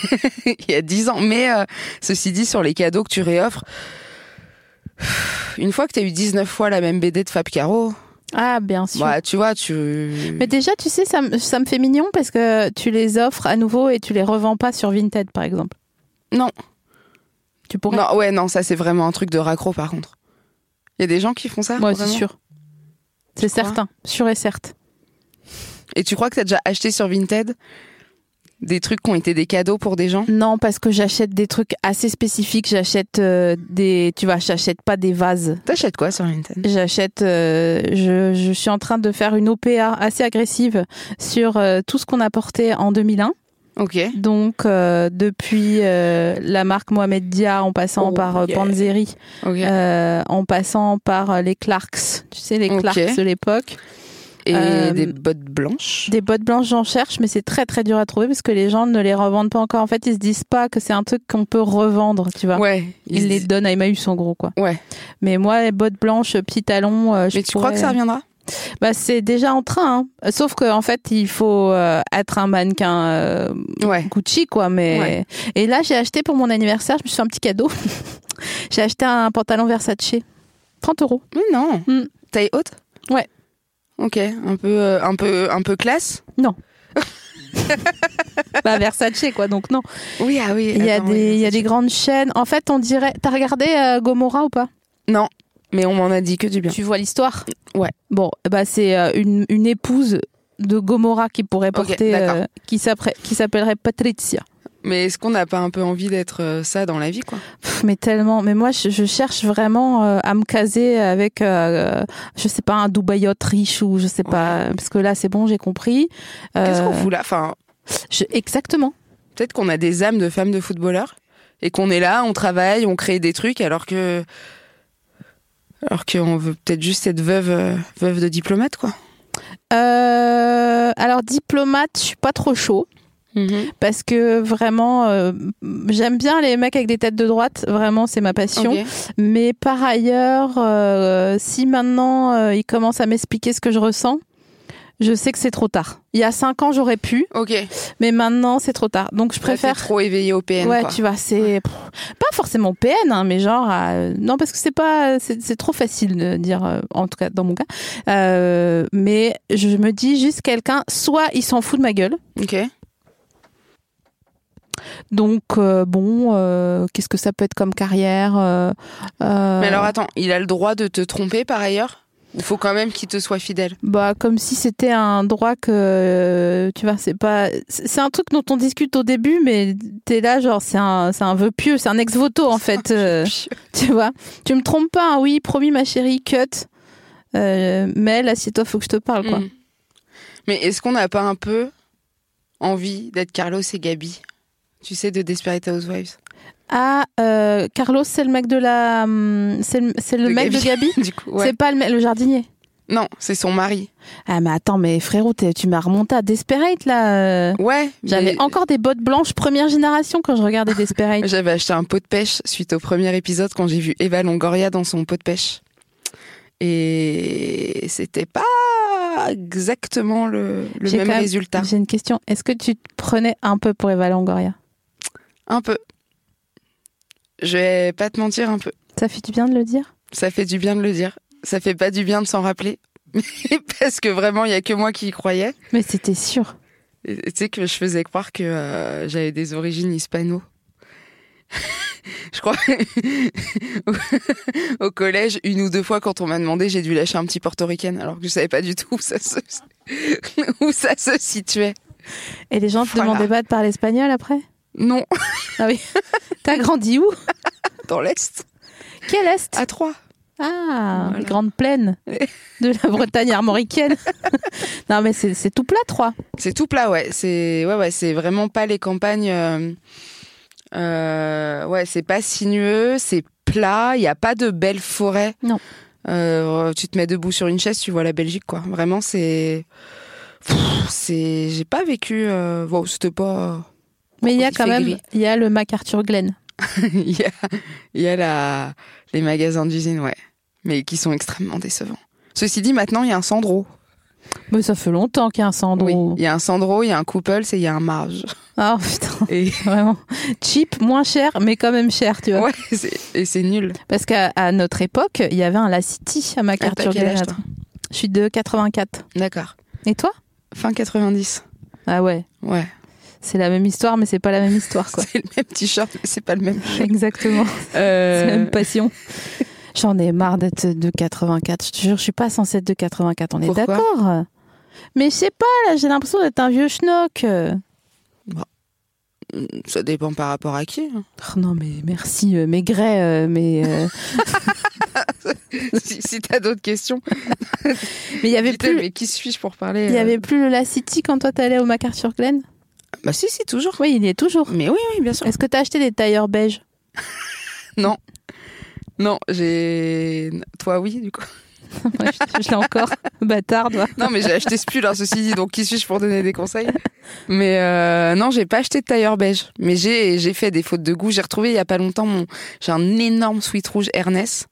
il y a 10 ans. Mais euh, ceci dit, sur les cadeaux que tu réoffres, une fois que tu as eu 19 fois la même BD de Fab Caro,
Ah, bien sûr.
bah, tu vois, tu.
Mais déjà, tu sais, ça, me- ça me fait mignon parce que tu les offres à nouveau et tu les revends pas sur Vinted, par exemple.
Non.
Tu pourrais.
Non, ouais, non, ça c'est vraiment un truc de raccro par contre. Il y a des gens qui font ça
Moi, c'est
vraiment
sûr. C'est
crois
certain, sûr et certes.
Et tu crois que tu as déjà acheté sur Vinted des trucs qui ont été des cadeaux pour des gens
Non, parce que j'achète des trucs assez spécifiques. J'achète euh, des, tu vois, j'achète pas des vases.
T'achètes quoi sur Vinted
J'achète. euh, je, je suis en train de faire une OPA assez agressive sur euh, tout ce qu'on a porté en 2001.
Ok.
Donc euh, depuis euh, la marque Mohamed Dia, en passant
Oh,
par euh,
yeah.
Panzeri,
ok.
euh, en passant par euh, les euh, Clarks. Tu sais les
Ok.
Clarks de l'époque.
Et
Euh,
des bottes blanches.
Des bottes blanches, j'en cherche, mais c'est très très dur à trouver parce que les gens ne les revendent pas encore. En fait, ils se disent pas que c'est un truc qu'on peut revendre, tu vois.
Ouais.
Ils
se
les
disent-
donnent à Emmaüs en gros, quoi.
Ouais.
Mais moi, les bottes blanches, petits talons, euh, je
Mais tu crois
pourrais-
que ça reviendra
Bah, c'est déjà en train. hein. Sauf que en fait, il faut euh, être un mannequin euh,
Ouais.
Gucci, quoi. Mais
Ouais.
et là, j'ai acheté pour mon anniversaire, je me suis fait un petit cadeau. j'ai acheté un pantalon Versace, 30 euros.
Mais non.
Hmm.
Taille haute
Ouais.
Ok, un peu, euh, un peu, un peu classe.
bah Versace, quoi. Donc non.
Oui, ah oui.
Il y a
attends,
des,
oui,
il y a
c'est
des
sûr.
grandes chaînes. En fait, on dirait. T'as regardé euh, Gomorrah ou pas
Non, mais on m'en a dit que du bien.
Tu vois l'histoire
Ouais.
Bon, bah c'est euh, une, une épouse de Gomorrah qui pourrait porter,
d'accord.
euh, qui s'apprê- qui s'appellerait Patricia.
Mais est-ce qu'on n'a pas un peu envie d'être euh, ça dans la vie, quoi
Pff, mais tellement. Mais moi, je, je cherche vraiment euh, à me caser avec, euh, je sais pas, un Dubaïote riche ou je sais pas, parce que là, c'est bon, j'ai compris.
Qu'est-ce qu'on
Euh,
fout là Enfin,
je- Exactement.
peut-être qu'on a des âmes de femmes de footballeurs et qu'on est là, on travaille, on crée des trucs, alors que, alors qu'on veut peut-être juste être veuve, euh, veuve de diplomate, quoi.
Euh, alors diplomate, je suis pas trop chaud.
Mhm.
parce que vraiment euh, j'aime bien les mecs avec des têtes de droite vraiment c'est ma passion
Ok.
mais par ailleurs euh, si maintenant euh, ils commencent à m'expliquer ce que je ressens je sais que c'est trop tard il y a cinq ans j'aurais pu
Ok.
mais maintenant c'est trop tard donc je
Là, t'es
préfère
trop éveillé au PN.
ouais
quoi.
tu vois c'est pff, pas forcément PN hein, mais genre euh, non parce que c'est pas c'est c'est trop facile de dire euh, en tout cas dans mon cas Euh, mais je me dis juste quelqu'un soit il s'en fout de ma gueule
Ok.
Donc euh, bon, euh, qu'est-ce que ça peut être comme carrière euh, euh,
Mais alors attends, il a le droit de te tromper par ailleurs Il faut quand même qu'il te soit fidèle.
bah comme si c'était un droit que euh, tu vois, c'est pas, c'est c'est un truc dont on discute au début, mais t'es là genre c'est un, c'est un vœu pieux, c'est un ex voto en fait, euh, tu vois. Tu me trompes pas, hein, oui, promis ma chérie, cut. Euh, mais là, si toi, faut que je te parle quoi.
Mm. Mais est-ce qu'on n'a pas un peu envie d'être Carlos et Gabi Tu sais, de Desperate Housewives
Ah, euh, Carlos, c'est le mec de la, hum, c'est le, c'est le
De
mec de Gabi.
Du coup, ouais.
C'est pas le, mec- le jardinier.
Non, c'est son mari.
Ah mais attends, mais frérot, t'es- tu m'as remonté à Desperate là. euh.
Ouais.
J'avais
mais-
encore des bottes blanches première génération quand je regardais Desperate.
J'avais acheté un pot de pêche suite au premier épisode quand j'ai vu Eva Longoria dans son pot de pêche. Et c'était pas exactement le, le
J'ai
même
quand même-
résultat.
J'ai une question. Est-ce que tu te prenais un peu pour Eva Longoria
Un peu. Je vais pas te mentir, un peu.
Ça fait du bien de le dire
Ça fait du bien de le dire. Ça fait pas du bien de s'en rappeler. Parce que vraiment, il y a que moi qui y croyais.
Mais c'était sûr.
Et- et Tu sais que je faisais croire que euh, j'avais des origines hispano. je crois. Au- Au collège, une ou deux fois, quand on m'a demandé, j'ai dû lâcher un petit portoricaine, alors que je savais pas du tout où ça se, où ça se situait.
Et les gens te
Voilà.
demandaient pas de parler espagnol après
Non,
T'as grandi où
dans l'Est.
Quel est
À Troyes.
Ah,
Voilà.
les grandes plaines de la Bretagne armoricaine. non mais c'est c'est tout plat, trois.
C'est tout plat, ouais. C'est ouais, ouais, c'est vraiment pas les campagnes. euh, euh, ouais, c'est pas sinueux, c'est plat. Il y a pas de belles forêts.
Non.
Euh, tu te mets debout sur une chaise, tu vois la Belgique, quoi. Vraiment, c'est. Pff, C'est. J'ai pas vécu. Euh... Bon, c'était pas.
Mais il y a
Il
quand
fait
même,
gris.
il y a le MacArthur Glen.
Il y a, il y a la... les magasins d'usine, ouais. Mais qui sont extrêmement décevants. Ceci dit, maintenant, il y a un Sandro.
Mais ça fait longtemps qu'il y a un Sandro.
Oui. Il y a un Sandro, il y a un Couple, et il y a un Marge.
Ah putain,
Et,
vraiment. Cheap, moins cher, mais quand même cher, tu vois.
ouais, c'est- et c'est nul.
Parce qu'à à notre époque, il y avait un La City à
Ah, t'as
MacArthur
quel
Glen.
âge, toi
Je suis de 84.
D'accord.
Et toi
Fin 90.
Ah ouais,
Ouais.
c'est la même histoire, mais c'est pas la même histoire, quoi.
C'est le même t-shirt, mais c'est pas le même.
Exactement, c'est la
Euh,
même passion. J'en ai marre d'être de 84. Je te jure, je suis pas censée être de 84. On est
Pourquoi
d'accord. Mais je sais pas, là, j'ai l'impression d'être un vieux schnock. Euh,
Ça dépend par rapport à qui. hein.
oh non, mais merci, euh, Maigret, euh, mais euh,
si si t'as d'autres questions.
mais il y avait
Putain,
plus,
mais qui suis-je pour parler
il y
euh
avait plus le La City quand toi t'allais au MacArthur Glen.
Bah si, si, toujours.
Oui, il y est toujours.
Mais oui, oui, bien sûr.
Est-ce que t'as acheté des tailleurs beiges
Non, j'ai... Toi, oui, du coup.
Ouais, je je l'ai encore. Bâtard, toi.
Non, mais j'ai acheté ce pull, hein, ceci dit, donc qui suis-je pour donner des conseils Mais euh, non, j'ai pas acheté de tailleur beige. Mais j'ai j'ai fait des fautes de goût. J'ai retrouvé il y a pas longtemps mon. J'ai un énorme sweat rouge Ernest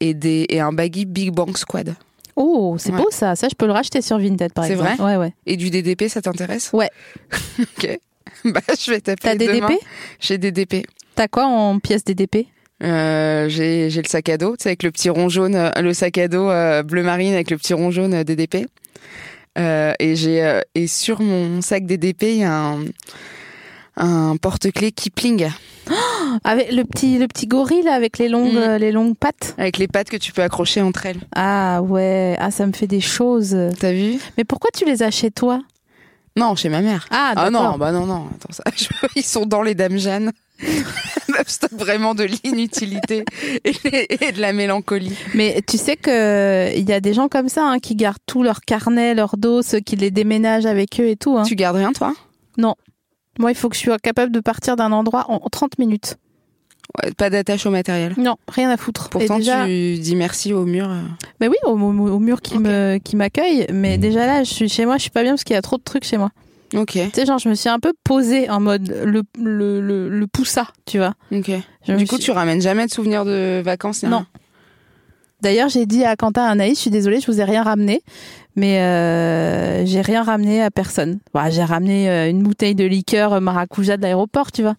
et, des, et un baggy Big Bang Squad.
Oh, c'est
Ouais.
beau ça. Ça, je peux le racheter sur Vinted, par
C'est
exemple.
vrai
Ouais, ouais.
Et du DDP, ça t'intéresse
Ouais.
ok. Bah, je vais t'appeler.
T'as DDP
demain. J'ai DDP.
T'as quoi en pièces DDP
Euh, j'ai j'ai le sac à dos, tu sais, avec le petit rond jaune, euh, le sac à dos euh, bleu marine avec le petit rond jaune euh, DDP. Euh, et j'ai euh, et sur mon sac DDP, il y a un, un porte-clés Kipling
Avec le petit, le petit gorille, là, avec les longues,
Mm.
euh, les longues pattes.
avec les pattes que tu peux accrocher entre elles.
Ah ouais, ah ça me fait des choses.
T'as vu
Mais pourquoi tu les as chez toi
Non, chez ma mère.
Ah,
Ah, non,
d'accord.
bah non, non, attends, ça, je- ils sont dans les dames Jeanne. C'est vraiment de l'inutilité et, et de la mélancolie.
Mais tu sais que euh, il y a des gens comme ça hein, qui gardent tout leur carnet, leurs dos, ceux qui les déménagent avec eux et tout. hein.
Tu gardes rien, toi
Moi, il faut que je sois capable de partir d'un endroit en 30 minutes.
Ouais, Pas d'attache au matériel.
Non, rien à foutre. Et
Pourtant,
déjà-
tu dis merci au mur. euh.
Mais oui, au, au- au mur qui
Ok.
me qui m'accueille. Mais déjà là, je suis chez moi, je suis pas bien parce qu'il y a trop de trucs chez moi.
Ok,
Tu sais, genre, je me suis un peu posée en mode le le le, le poussa, tu vois.
ok.
Je me
du coup,
suis-
tu ramènes jamais de souvenirs de vacances ni
Non.
rien
D'ailleurs, j'ai dit à Quentin et à Anaïs, je suis désolée, je vous ai rien ramené, mais euh, j'ai rien ramené à personne. Bah, j'ai ramené euh, une bouteille de liqueur euh, maracuja de l'aéroport, tu vois.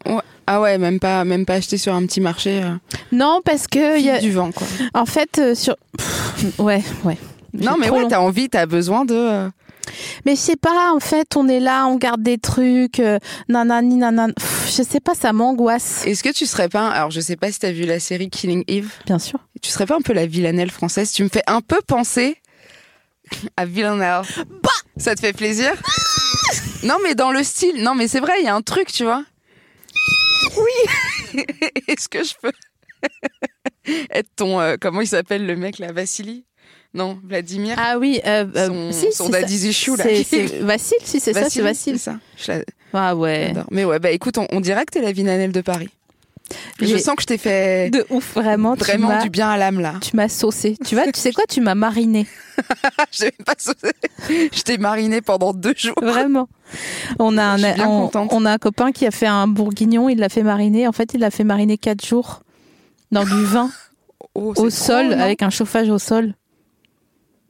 Ah ouais, même pas, même pas acheté sur un petit marché. euh,
Non, parce que il Euh, y a-
fille du vent, quoi.
en fait euh, sur Pff, ouais, ouais.
Non,
J'ai
mais
trop
ouais,
long.
t'as envie, t'as besoin de. euh,
Mais je sais pas, en fait, on est là, on garde des trucs, euh, nanani, nanan. Pff, Je sais pas, ça m'angoisse.
Est-ce que tu serais pas. Alors, je sais pas si t'as vu la série Killing Eve.
Bien sûr.
Tu serais pas un peu la villanelle française Tu me fais un peu penser à villanelle. Bah Ça te fait plaisir Non, mais dans le style. Non, mais c'est vrai, il y a un truc, tu vois. Oui Est-ce que je peux être ton. euh, comment il s'appelle le mec là Vassili Non, Vladimir
Ah oui, euh, euh,
Son,
si,
son
c'est ça.
daddy Zichou, là.
C'est- C'est Vassil, si c'est ça, c'est
Vassili,
Vassil.
ça. Je la-
Ah ouais.
j'adore. Mais ouais, bah écoute, on, on dirait que t'es la villanelle de Paris. Je
J'ai-
sens que je t'ai fait
De ouf, vraiment. tu
vraiment
m'as-
du bien à l'âme là.
Tu m'as saucé. Tu vois, tu sais quoi Tu m'as mariné.
Je t'ai pas sauté. Je t'ai mariné pendant deux jours.
Vraiment. On a un,
Je suis bien
on,
contente.
on a un copain qui a fait un bourguignon. Il l'a fait mariner. En fait, il l'a fait mariner quatre jours dans du vin
Oh, c'est
au
trop,
sol
non
avec un chauffage au sol.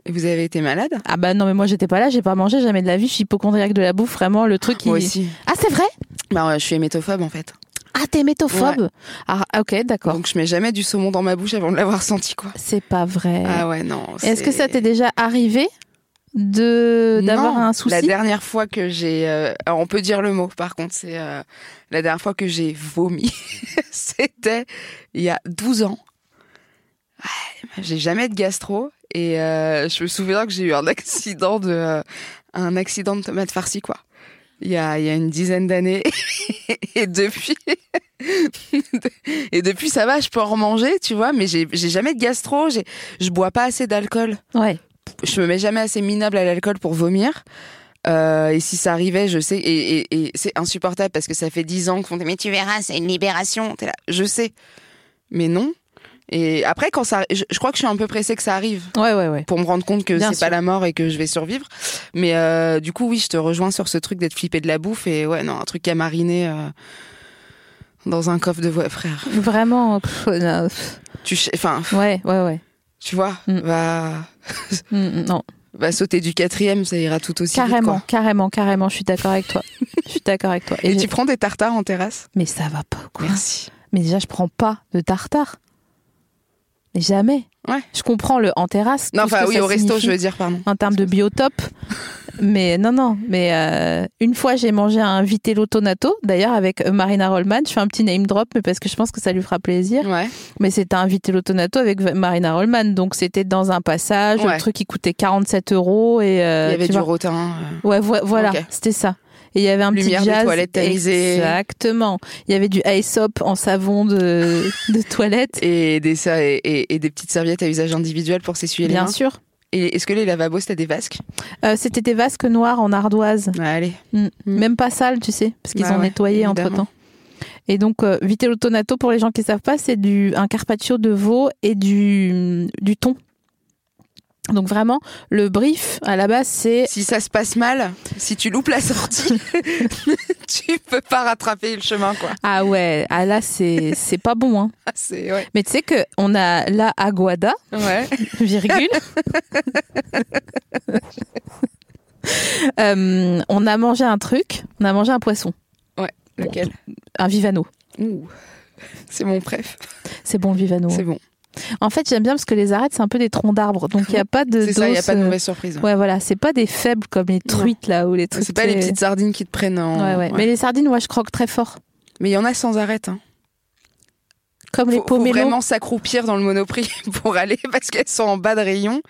Et vous avez été malade
Ah bah non, mais moi j'étais pas là. J'ai pas mangé jamais de la vie. Je suis hypochondriaque de la bouffe. Vraiment, le truc. Qui...
Moi aussi.
Ah c'est vrai
Bah ouais, je suis hémétophobe en fait.
Ah t'es métophobe. Ah ok, d'accord.
Donc je mets jamais du saumon dans ma bouche avant de l'avoir senti quoi.
C'est pas vrai.
Ah ouais, non.
Est-ce que
c'est-
ça t'est déjà arrivé de d'avoir
Non,
un souci
La dernière fois que j'ai. euh, Alors on peut dire le mot par contre, c'est euh, la dernière fois que j'ai vomi. C'était il y a 12 ans. Ouais, J'ai jamais de gastro et euh, je me souviens que j'ai eu un accident de euh, un accident de tomate farcie quoi. Il y a, il y a une dizaine d'années et depuis et depuis ça va, je peux en remanger, tu vois, mais j'ai j'ai jamais de gastro, j'ai je bois pas assez d'alcool
Ouais.
je me mets jamais assez minable à l'alcool pour vomir. Euh, et si ça arrivait, je sais, et, et- et c'est insupportable parce que ça fait dix ans qu'on dit mais tu verras, c'est une libération. T'es là, je sais, mais non. Et après, quand ça, je, je crois que je suis un peu pressée que ça arrive
Ouais ouais ouais.
pour me rendre compte que
Bien
c'est pas
sûr.
la mort et que je vais survivre. Mais euh, du coup, oui, je te rejoins sur ce truc d'être flippé de la bouffe et ouais, non, un truc à mariner euh, dans un coffre de ouais, frère.
Vraiment. pff, euh, pff.
Tu, ch- enfin,
ouais ouais ouais.
tu vois,
Mm.
va,
Mm, non.
va sauter du quatrième, ça ira tout aussi vite,
Carrément,
quoi.
carrément, carrément, je suis d'accord avec toi. je suis d'accord avec toi. Et
Et
j'ai-
tu prends des tartares en terrasse
Mais ça va pas, quoi.
Merci.
Mais déjà, je prends pas de tartare. Mais jamais.
Ouais.
Je comprends le en terrasse.
Non,
tout ce
enfin,
que
oui,
ça
au resto,
signifie
je veux dire, pardon.
En termes de biotope. mais non, non. Mais euh, une fois, j'ai mangé un vitello tonato. D'ailleurs, avec euh, Marina Rollman, je fais un petit name drop, mais parce que je pense que ça lui fera plaisir.
Ouais.
Mais c'était un vitello tonato avec euh, Marina Rollman. Donc, c'était dans un passage.
Ouais.
Le truc, il coûtait 47 euros. Et, euh,
Il y avait
tu
du
vois,
rotin. euh.
Ouais, vo- voilà,
Ok.
c'était ça. Et il y avait un
Lumière
petit
des
jazz.
toilettes tamisées.
Exactement. Il y avait du Aesop en savon de, de toilette.
Et des, ça- et, et- et des petites serviettes à usage individuel pour s'essuyer les
Bien
mains.
sûr.
Et est-ce que les lavabos, c'était des vasques
Euh, c'était des vasques noires en ardoise.
Ouais, Allez.
Mm.
Mm.
Même pas sales, tu sais, parce qu'ils
Bah
ont
ouais,
nettoyé
évidemment.
entre temps. Et donc, euh, vitello tonato, pour les gens qui savent pas, c'est du un carpaccio de veau et du, du thon. Donc vraiment, le brief à la base, c'est
Si ça se passe mal, si tu loupes la sortie, tu peux pas rattraper le chemin, quoi.
ah ouais, ah là c'est c'est pas bon. Hein.
Ah, C'est ouais.
Mais tu sais que on a la aguada
Ouais.
virgule. Euh, on a mangé un truc, on a mangé un poisson,
Lequel
un vivano.
Ouh. C'est mon préf.
C'est bon le vivano.
C'est bon.
En fait, j'aime bien parce que les arêtes, c'est un peu des troncs d'arbres, donc il n'y a pas de.
C'est ça, il n'y a
dose,
pas de
euh,
mauvaise surprise.
Ouais, voilà, c'est pas des faibles comme les truites là ou les trucs.
Mm. C'est pas les
euh,
petites sardines qui te prennent en.
Ouais, ouais. Mais les sardines, ouais, je croque très fort.
Mais il y en a sans arrêt. Hein.
Comme les
faut, faut
pomelos.
vraiment s'accroupir dans le monoprix pour aller parce qu'elles sont en bas de rayon.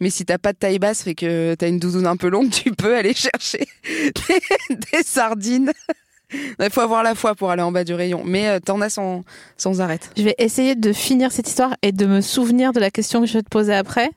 Mais si t'as pas de taille basse et que t'as une doudoune un peu longue, tu peux aller chercher des, des sardines. Il faut avoir la foi pour aller en bas du rayon. Mais euh, t'en as sans, sans arrêt.
Je vais essayer de finir cette histoire et de me souvenir de la question que je vais te poser après.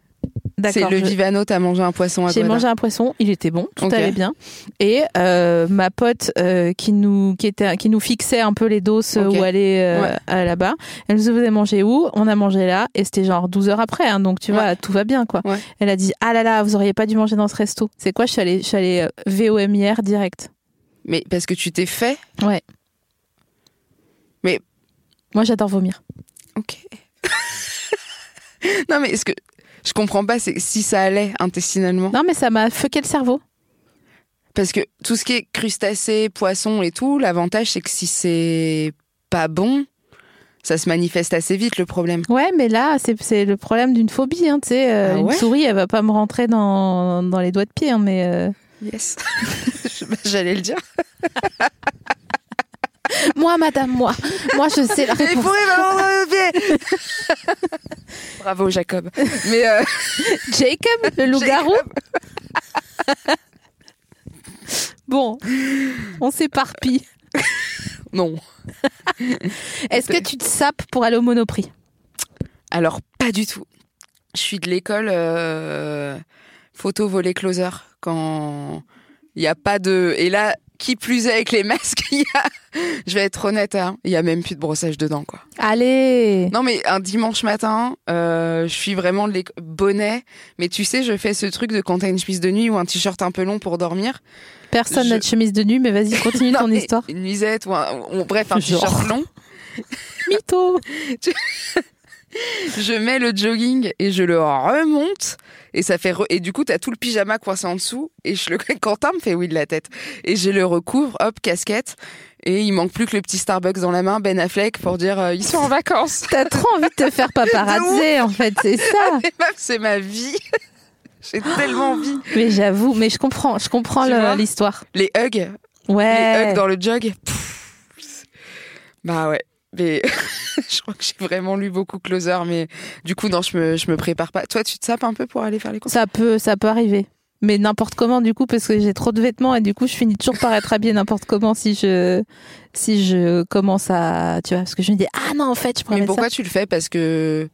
C'est
D'accord.
le
je-
vivano, t'as mangé un poisson à
J'ai
Guada.
mangé un poisson, il était bon, tout
Ok.
allait bien. Et euh, ma pote euh, qui nous qui était qui nous fixait un peu les doses euh,
Ok.
où aller euh,
Ouais.
à- là-bas, elle nous faisait manger où On a mangé là et c'était genre 12 heures après, hein, donc tu vois, tout va bien quoi.
Ouais.
Elle a dit ah là là, vous auriez pas dû manger dans ce resto. C'est quoi Je suis allée je suis allée euh, VOMIR direct.
Mais parce que tu t'es fait.
Ouais.
Mais-
moi j'adore vomir.
Ok. non mais ce que je comprends pas, c'est si ça allait intestinalement.
Non mais ça m'a fucké le cerveau.
Parce que tout ce qui est crustacés, poissons et tout, l'avantage c'est que si c'est pas bon, ça se manifeste assez vite le problème.
Ouais, mais là, c'est c'est le problème d'une phobie. Hein, tu sais, euh,
Ah
une
ouais
souris, elle va pas me rentrer dans, dans les doigts de pied. hein, mais euh,
Yes. bah, J'allais le dire.
moi, madame, moi, moi, je sais la
Mais
réponse.
Bravo Jacob. Mais euh,
Jacob, le loup-garou. bon, on s'éparpille.
non.
Est-ce que tu te sapes pour aller au Monoprix
Alors pas du tout. Je suis de l'école euh, photo volet closer quand il n'y a pas de et là qui plus est avec les masques, il y a... je vais être honnête, hein, il y a même plus de brossage dedans quoi.
Allez.
Non, mais un dimanche matin, euh, je suis vraiment de l'éco- bonnet. Mais tu sais, je fais ce truc de quand t'as une chemise de nuit ou un t-shirt un peu long pour dormir.
Personne
je-
n'a de chemise de nuit, mais vas-y, continue
Non,
ton
mais
histoire.
Une nuisette ou un, ou- bref, un
Genre.
t-shirt long.
Mytho.
Je mets le jogging et je le remonte. Et ça fait re- et du coup, t'as tout le pyjama coincé en dessous. Et je le, Quentin me fait oui de la tête. Et je le recouvre, hop, casquette. Et il manque plus que le petit Starbucks dans la main, Ben Affleck, pour dire, euh, ils sont en vacances.
T'as trop envie de te faire paparazzer, en fait, c'est ça.
Et meuf, c'est ma vie. J'ai tellement envie.
Mais j'avoue, mais je comprends, je comprends
Tu
le-
vois
l'histoire.
Les hugs, les
Ouais.
hugs dans le jog. Pff. Bah ouais. Mais je crois que j'ai vraiment lu beaucoup Closer, mais du coup, non, je me, je me prépare pas. Toi, tu te sapes un peu pour aller faire les courses
Ça peut, ça peut arriver. Mais n'importe comment, du coup, parce que j'ai trop de vêtements et du coup, je finis toujours par être habillée n'importe comment si je, si je commence à, tu vois, parce que je me dis, ah non, en fait, je pourrais
Mais
mettre
pourquoi
ça.
tu le fais Parce que.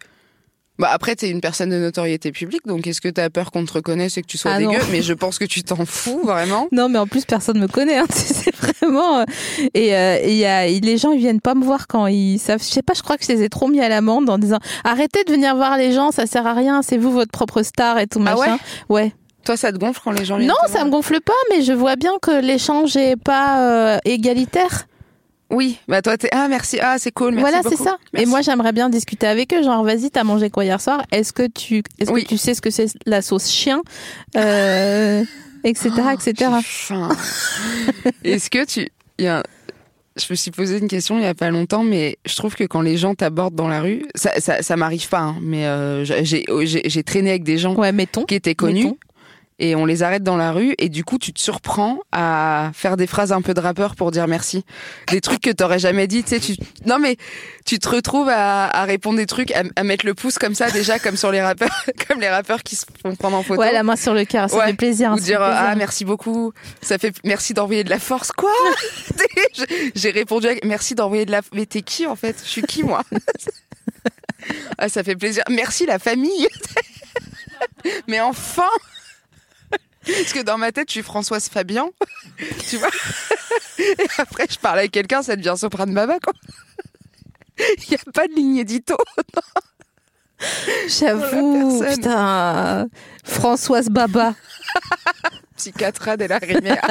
Bah après, t'es une personne de notoriété publique, donc est-ce que t'as peur qu'on te reconnaisse et que tu sois
Ah non.
dégueu Mais je pense que tu t'en fous, vraiment.
Non, mais en plus, personne me connaît, hein, tu sais, c'est vraiment, euh, et, euh, et il y a, et les gens, ils viennent pas me voir quand ils savent, je sais pas, je crois que je les ai trop mis à l'amende en disant, arrêtez de venir voir les gens, ça sert à rien, c'est vous votre propre star et tout
Ah
machin. ouais.
Toi, ça te gonfle quand les gens viennent
Non,
te
ça
voir
me gonfle pas, mais je vois bien que l'échange est pas euh, égalitaire.
Oui, bah toi, t'es. Ah, merci. Ah, c'est cool. Merci
voilà, c'est
beaucoup.
ça.
Merci.
Et moi, j'aimerais bien discuter avec eux. Genre, vas-y, t'as mangé quoi hier soir Est-ce que tu, est-ce
Oui.
que tu sais ce que c'est la sauce chien, Euh, etc., etc.
J'ai faim. Est-ce que tu. il y a- Je me suis posé une question il y a pas longtemps, mais je trouve que quand les gens t'abordent dans la rue, ça, ça, ça m'arrive pas, hein, mais euh, j'ai j'ai- j'ai traîné avec des gens
Ouais, mettons.
qui étaient connus
mettons.
et on les arrête dans la rue et du coup tu te surprends à faire des phrases un peu de rappeur pour dire merci des trucs que t'aurais jamais dit tu sais tu non mais tu te retrouves à, à répondre des trucs à, à mettre le pouce comme ça déjà comme sur les rappeurs comme les rappeurs qui se font prendre en photo
Ouais, la main sur le cœur, ça
Ouais.
fait plaisir. hein,
ou
ça fait
dire
plaisir.
ah merci beaucoup ça fait merci d'envoyer de la force quoi J'ai- j'ai répondu avec, merci d'envoyer de la mais t'es qui en fait je suis qui moi ah ça fait plaisir merci la famille mais enfin parce que dans ma tête je suis Françoise Fabian tu vois et après je parle avec quelqu'un ça devient soprano baba quoi il n'y a pas de ligne édito Pour
J'avoue,
la personne.
putain. Françoise Baba.
Psychiatra de la Riviera.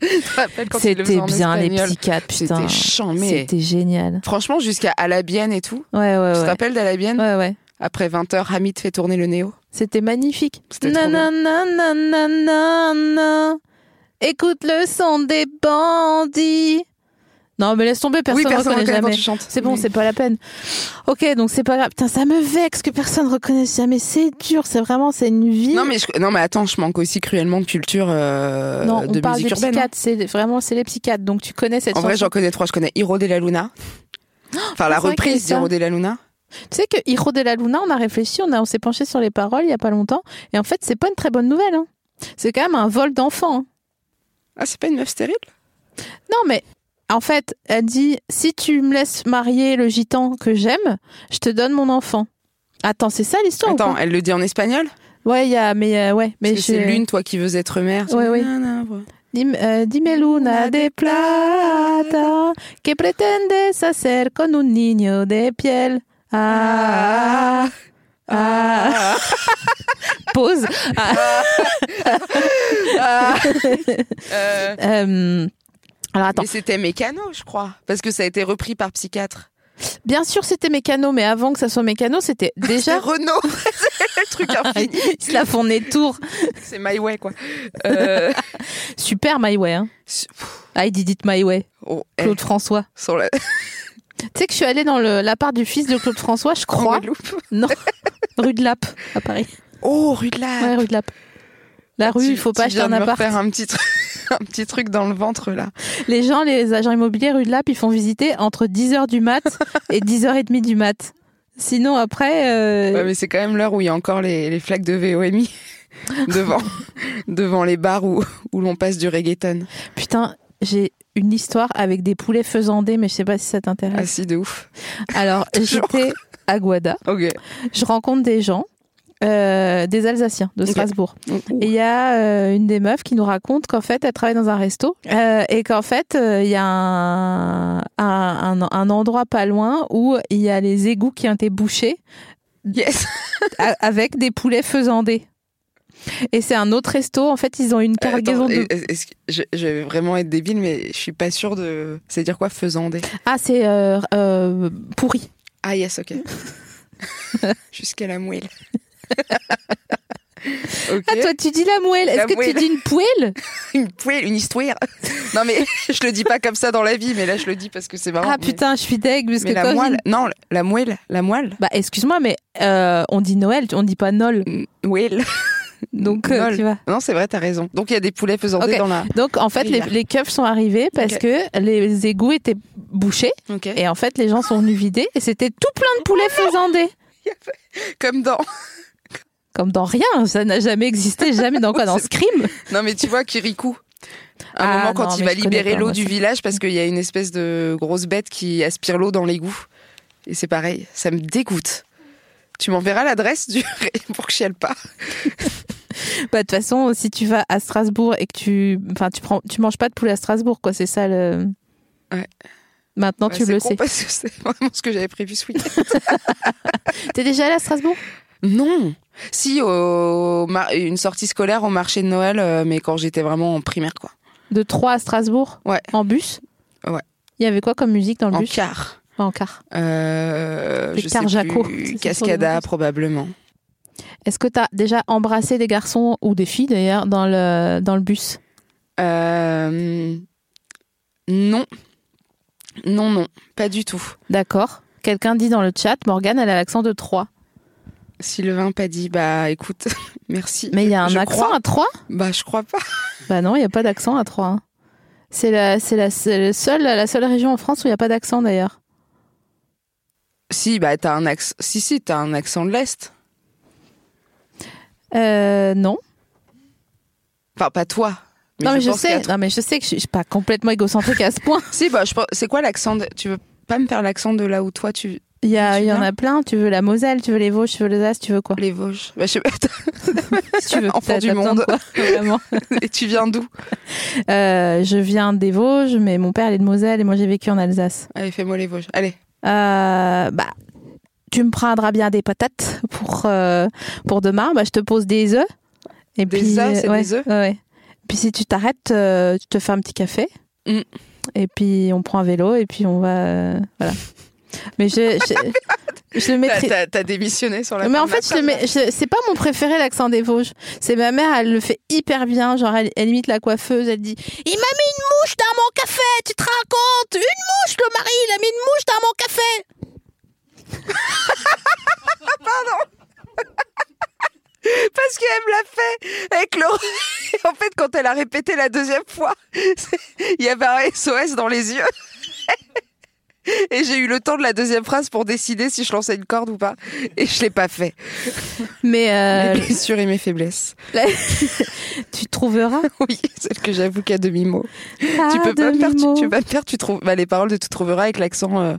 Je te rappelle quand il le faisait
C'était
en
bien les
espagnol.
psychiatres, putain.
C'était chambé.
C'était génial.
Franchement, jusqu'à Alabienne et tout.
Ouais, ouais,
Tu te
ouais.
rappelles d'Alabienne
Ouais, ouais.
Après 20h, Hamid fait tourner le néo.
C'était magnifique.
C'était trop
Nananananana. Écoute le son des bandits. Non, mais laisse tomber, personne
oui,
ne
personne
reconnaît
reconnaît Mm. quand
jamais.
tu chantes.
C'est bon,
Oui.
c'est pas la peine. Ok, donc c'est pas grave. Putain, ça me vexe que personne reconnaisse jamais. C'est dur, c'est vraiment, c'est une vie.
Non mais, je- non, mais attends, je manque aussi cruellement de culture euh,
Non,
de
on parle
musique
des
urbaine.
psychiatres. C'est vraiment, c'est les psychiatres. Donc tu connais cette
En vrai,
chanson.
j'en connais trois. Je connais Hiro de la Luna. Enfin, la
c'est vrai qu'il y a
reprise
ça.
d'Hiro de la Luna.
Tu sais que Hiro de la Luna, on a réfléchi, on, a- on s'est penché sur les paroles il y a pas longtemps. Et en fait, c'est pas une très bonne nouvelle. hein. C'est quand même un vol d'enfant. hein.
Ah, c'est pas une meuf stérile
Non, mais en fait, elle dit si tu me laisses marier le gitan que j'aime, je te donne mon enfant. Attends, c'est ça l'histoire ou
Attends,
pas
elle le dit en espagnol
Ouais, il y a, mais euh, ouais, mais
Parce que c'est
je-
l'une, toi qui veux être mère.
Ouais, ouais.
Nanana,
Dim- euh, Dime luna de plata que pretendes hacer con un niño de piel. Ah, ah,
Ah.
pause.
Ah. Euh,
Euh, alors attends,
Mais c'était mécano, je crois. Parce que ça a été repris par psychiatre.
bien sûr c'était mécano, mais avant que ça soit mécano, c'était
C'est
déjà.
Renault C'est le truc infini.
Ils se la font des tours.
C'est My Way, quoi. Euh,
Super My Way. Hein.
su-
I did it my way.
oh, elle,
Claude François.
sur la
Tu sais que je suis allée dans le- l'appart du fils de Claude François, je crois.
Guadeloupe.
Non, rue de Lappe, à Paris.
Oh, rue de la...
Ouais, rue de Lappe. La rue,
Ah, Tu-
il faut pas
tu
acheter
viens
un
de me
appart.
refaire un petit, truc, un petit truc dans le ventre, là.
Les gens, les agents immobiliers rue de Lappe, ils font visiter entre 10h du mat et 10h30 du mat. Sinon, après, euh,
Ouais, mais c'est quand même l'heure où il y a encore les, les flaques de VOMI devant, devant les bars où, où l'on passe du reggaeton.
putain, j'ai une histoire avec des poulets faisandés, mais je sais pas si ça t'intéresse.
Assis Ah, de ouf.
Alors,
toujours.
j'étais à Guada,
Ok.
je rencontre des gens, euh, des Alsaciens de
Ok.
Strasbourg. Et il y a euh, une des meufs qui nous raconte qu'en fait, elle travaille dans un resto euh, et qu'en fait, euh, il y a un, un, un- un endroit pas loin où il y a les égouts qui ont été bouchés
Yes.
a- avec des poulets faisandés. Et c'est un autre resto, en fait, ils ont une cargaison
Euh, Attends,
de...
est-ce que- je, je vais vraiment être débile, mais je suis pas sûre de. C'est dire quoi faisandé
Ah, c'est euh, euh, pourri.
Ah yes, ok. Jusqu'à la moelle. ok.
Ah, toi, tu dis la mouelle. Est-ce
La
que tu
mouelle.
dis une poêle
une poêle, une histoire. non mais je le dis pas comme ça dans la vie, mais là je le dis parce que c'est marrant.
Ah
mais-
putain, je suis deg, parce
Mais
que
la
quand je
moelle.
dis-
Non, la moelle, la moelle.
Bah, excuse-moi, mais euh, on dit Noël, on dit pas Nol.
Moelle.
Donc, euh,
Nol.
tu vois.
Non, c'est vrai, t'as raison. Donc il y a des poulets faisandés
Ok.
dans la.
Donc en fait, les,
Hiver.
les keufs sont arrivés parce
Ok.
que les égouts étaient bouchés
Ok.
et en fait les gens sont venus vider et c'était tout plein de poulets faisandés.
Comme dans.
Comme dans rien, ça n'a jamais existé, jamais dans quoi Dans
C'est-
Scream
Non, mais tu vois, Kirikou. À
Ah,
un moment, quand
non,
il
mais
va
je connais
libérer
pas,
l'eau
moi,
du
ça.
village parce qu'il y a une espèce de grosse bête qui aspire l'eau dans l'égout. Et c'est pareil, ça me dégoûte. Tu m'enverras l'adresse du pour que je chiale pas.
Bah, De toute façon, si tu vas à Strasbourg et que tu, enfin, tu prends, tu manges pas de poulet à Strasbourg, quoi. C'est ça le.
Ouais.
Maintenant,
Ouais,
tu
c'est
le
con
sais.
Parce que c'est vraiment ce que j'avais prévu ce week-end.
T'es déjà allé à Strasbourg
Non. Si, au mar- une sortie scolaire au marché de Noël, euh, mais quand j'étais vraiment en primaire, quoi.
De Troyes à Strasbourg
Ouais.
En bus
Ouais.
Il y avait quoi comme musique dans le
En
bus
quart.
En car.
Euh,
Les
je
quarts
sais
Jaco, c'est
plus,
ça, probablement.
Cascada, probablement.
Est-ce que t'as déjà embrassé des garçons ou des filles d'ailleurs dans le dans le bus
Euh, non. Non, non, pas du tout.
D'accord. Quelqu'un dit dans le chat, Morgane, elle a l'accent de 3.
Sylvain pas dit, bah écoute, merci.
Mais il y a un
Je
accent
crois.
à 3
Bah je crois pas.
Bah non, il n'y a pas d'accent à 3. hein. C'est la, c'est la, c'est le seul- la seule région en France où il n'y a pas d'accent d'ailleurs.
Si, bah t'as un accent. Si, si, t'as un accent de l'Est.
Euh, non.
Enfin, pas toi.
non, mais je,
pense
sais.
qu'à toi-
Non, mais je sais que je suis je suis pas complètement égocentrique à ce point.
Si, bah je pense. C'est quoi l'accent de... Tu veux pas me faire l'accent de là où toi tu.
Il y, a-
Tu
il y en
viens
a plein. Tu veux la Moselle, tu veux les Vosges, tu veux les As, tu veux quoi
Les Vosges. Bah je sais pas.
Si tu veux
Enfant
t'as-
du
t'as besoin de
monde.
quoi, Vraiment.
Et tu viens d'où
Euh, je viens des Vosges, mais mon père il est de Moselle et moi j'ai vécu en Alsace.
Allez, fais-moi les Vosges. Allez.
Euh, bah, tu me prendras bien des patates pour, euh, pour demain. Bah, je te pose des œufs. Et
Des
puis,
œufs, c'est
ouais,
des œufs
ouais, ouais. Puis si tu t'arrêtes, euh, je te fais un petit café.
Mm.
Et puis on prend un vélo et puis on va. euh, voilà. Mais je, je, je le
T'as-
maîtrise.
T'as t'as démissionné sur la
Mais en
fin de
fait, je
la
le mets- je- c'est pas mon préféré l'accent des Vosges. C'est ma mère, elle le fait hyper bien. Genre, elle, elle imite la coiffeuse, elle dit Il m'a mis une mouche dans mon café, tu te racontes Une mouche, le mari, il a mis une mouche dans mon café
Parce qu'elle me l'a fait avec le... En fait, quand elle a répété la deuxième fois, c'est- il y avait un SOS dans les yeux. Et j'ai eu le temps de la deuxième phrase pour décider si je lançais une corde ou pas. Et je l'ai pas fait.
Mais euh,
Mes blessures et mes faiblesses.
tu trouveras.
Oui, celle que j'avoue qu'à demi-mot. tu peux pas me faire, tu, tu vas me faire, tu trouves, bah, les paroles de tu trouveras avec l'accent euh,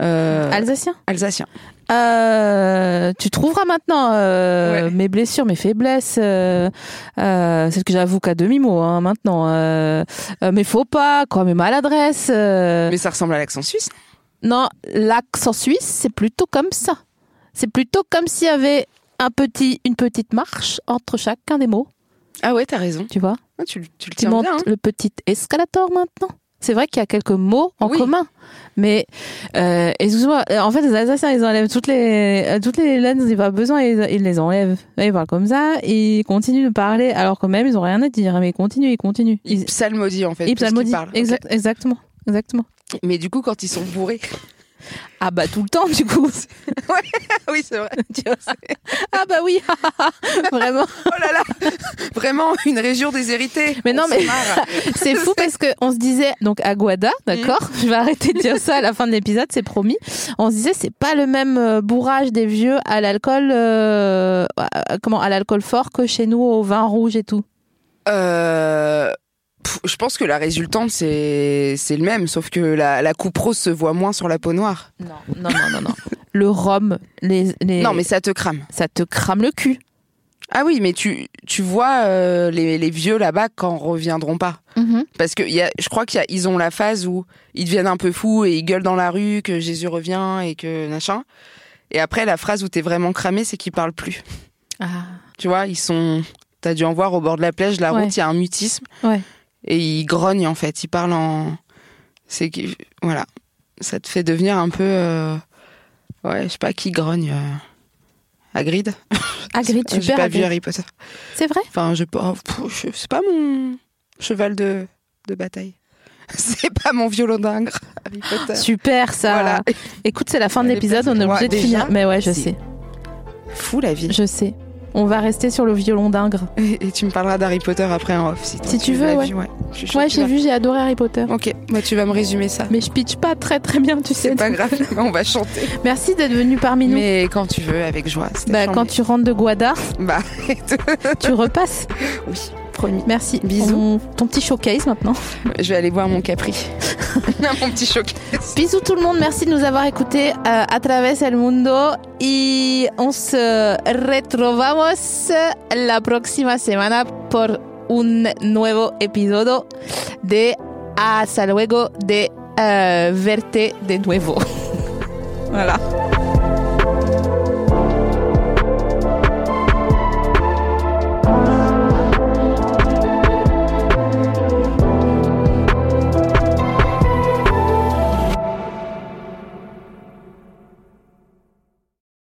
euh,
Alsacien.
alsacien.
Euh, tu trouveras maintenant euh,
Ouais.
mes blessures, mes faiblesses, euh, euh, celles que j'avoue qu'à demi-mot hein, maintenant. Euh, euh, mes faux pas, quoi, mes maladresses. euh.
Mais ça ressemble à l'accent suisse.
Non, l'accent suisse, c'est plutôt comme ça. C'est plutôt comme s'il y avait un petit, une petite marche entre chacun des mots,
Ah ouais, t'as raison.
tu vois.
Ah, Tu, le- tu le
Tu
tiens
montes
bien. hein.
le petit escalator maintenant. C'est vrai qu'il y a quelques mots en
Oui.
commun, mais euh, excuse-moi, euh, en fait les Alsaciens ils enlèvent toutes les euh, toutes les lettres, ils n'ont pas besoin, ils, ils les enlèvent. Ils parlent comme ça, ils continuent de parler alors quand même ils ont rien à dire, mais ils continuent, ils continuent.
Ils
Ils,
psalmodient en fait.
ils
plus qu'ils
psalmodient.
parlent.
Exact- exactement, exactement.
Ok. Mais du coup, quand ils sont bourrés.
Ah bah tout le temps du coup.
Ah oui, c'est vrai.
Tu vois, c'est- ah bah oui, vraiment.
Oh là là Vraiment une région déshéritée.
Mais non,
On s'en
mais-
marre.
C'est fou parce que on se disait donc Aguada, d'accord Je vais arrêter de dire ça à la fin de l'épisode, c'est promis. On se disait c'est pas le même euh, bourrage des vieux à l'alcool, euh, à- à- comment à l'alcool fort que chez nous au vin rouge et tout.
Euh, pff, je pense que la résultante, c'est c'est le même, sauf que la, la coupe rose se voit moins sur la peau noire.
Non, non, non, non, non. Le rhum, les, les-
Non, mais ça te crame.
ça te crame le cul.
Ah oui, mais tu, tu vois euh, les, les vieux là-bas quand reviendront pas.
Mm-hmm.
Parce que il y a, je crois qu'il y a- ils ont la phase où ils deviennent un peu fous et ils gueulent dans la rue que Jésus revient et que machin. Et après, la phrase où t'es vraiment cramé, c'est qu'ils parlent plus.
Ah.
Tu vois, ils sont. T'as dû en voir au bord de la plage, la
Ouais.
route, il y a un mutisme.
Ouais.
Et ils grognent, en fait. Ils parlent en. C'est que. Voilà. Ça te fait devenir un peu. euh, Ouais, je sais pas qui grogne. à Hagrid Euh,
Hagrid,
J'ai
super.
pas
Hagrid.
vu Harry Potter.
C'est vrai.
Enfin, je. oh, pff, je- C'est pas mon cheval de, de bataille. C'est pas mon violon d'ingres, Harry
Euh,
Potter.
Super ça.
Voilà.
Écoute, c'est la fin de
Elle est
l'épisode, on
peut-être
est obligé
loin.
de finir.
Déjà
Mais ouais, je
Si.
sais,
Fou la vie.
je sais. On va rester sur le violon d'Ingres.
Et tu me parleras d'Harry Potter après en off. Si, toi,
Si tu veux,
l'as
ouais.
vu, ouais. Je suis chaude,
Ouais,
tu
j'ai
l'as-
vu, j'ai adoré Harry Potter.
Ok, bah, tu vas me résumer ça.
Mais je pitch pas très très bien, tu sais.
C'est pas grave, on va chanter.
Merci d'être venu parmi nous.
Mais quand tu veux, avec joie. c'était
Bah,
chambé.
quand tu rentres de Guada,
Bah,
tu repasses.
oui, promis.
Merci.
Bisous.
On- Ton petit showcase maintenant.
Je vais aller voir mon Capri. mon petit choc.
Bisous tout le monde. Merci de nous avoir écoutés euh, à travers el mundo. Y on se retrovamos la próxima semana por un nuevo episodio de Hasta luego de euh, Verte de nuevo. voilà.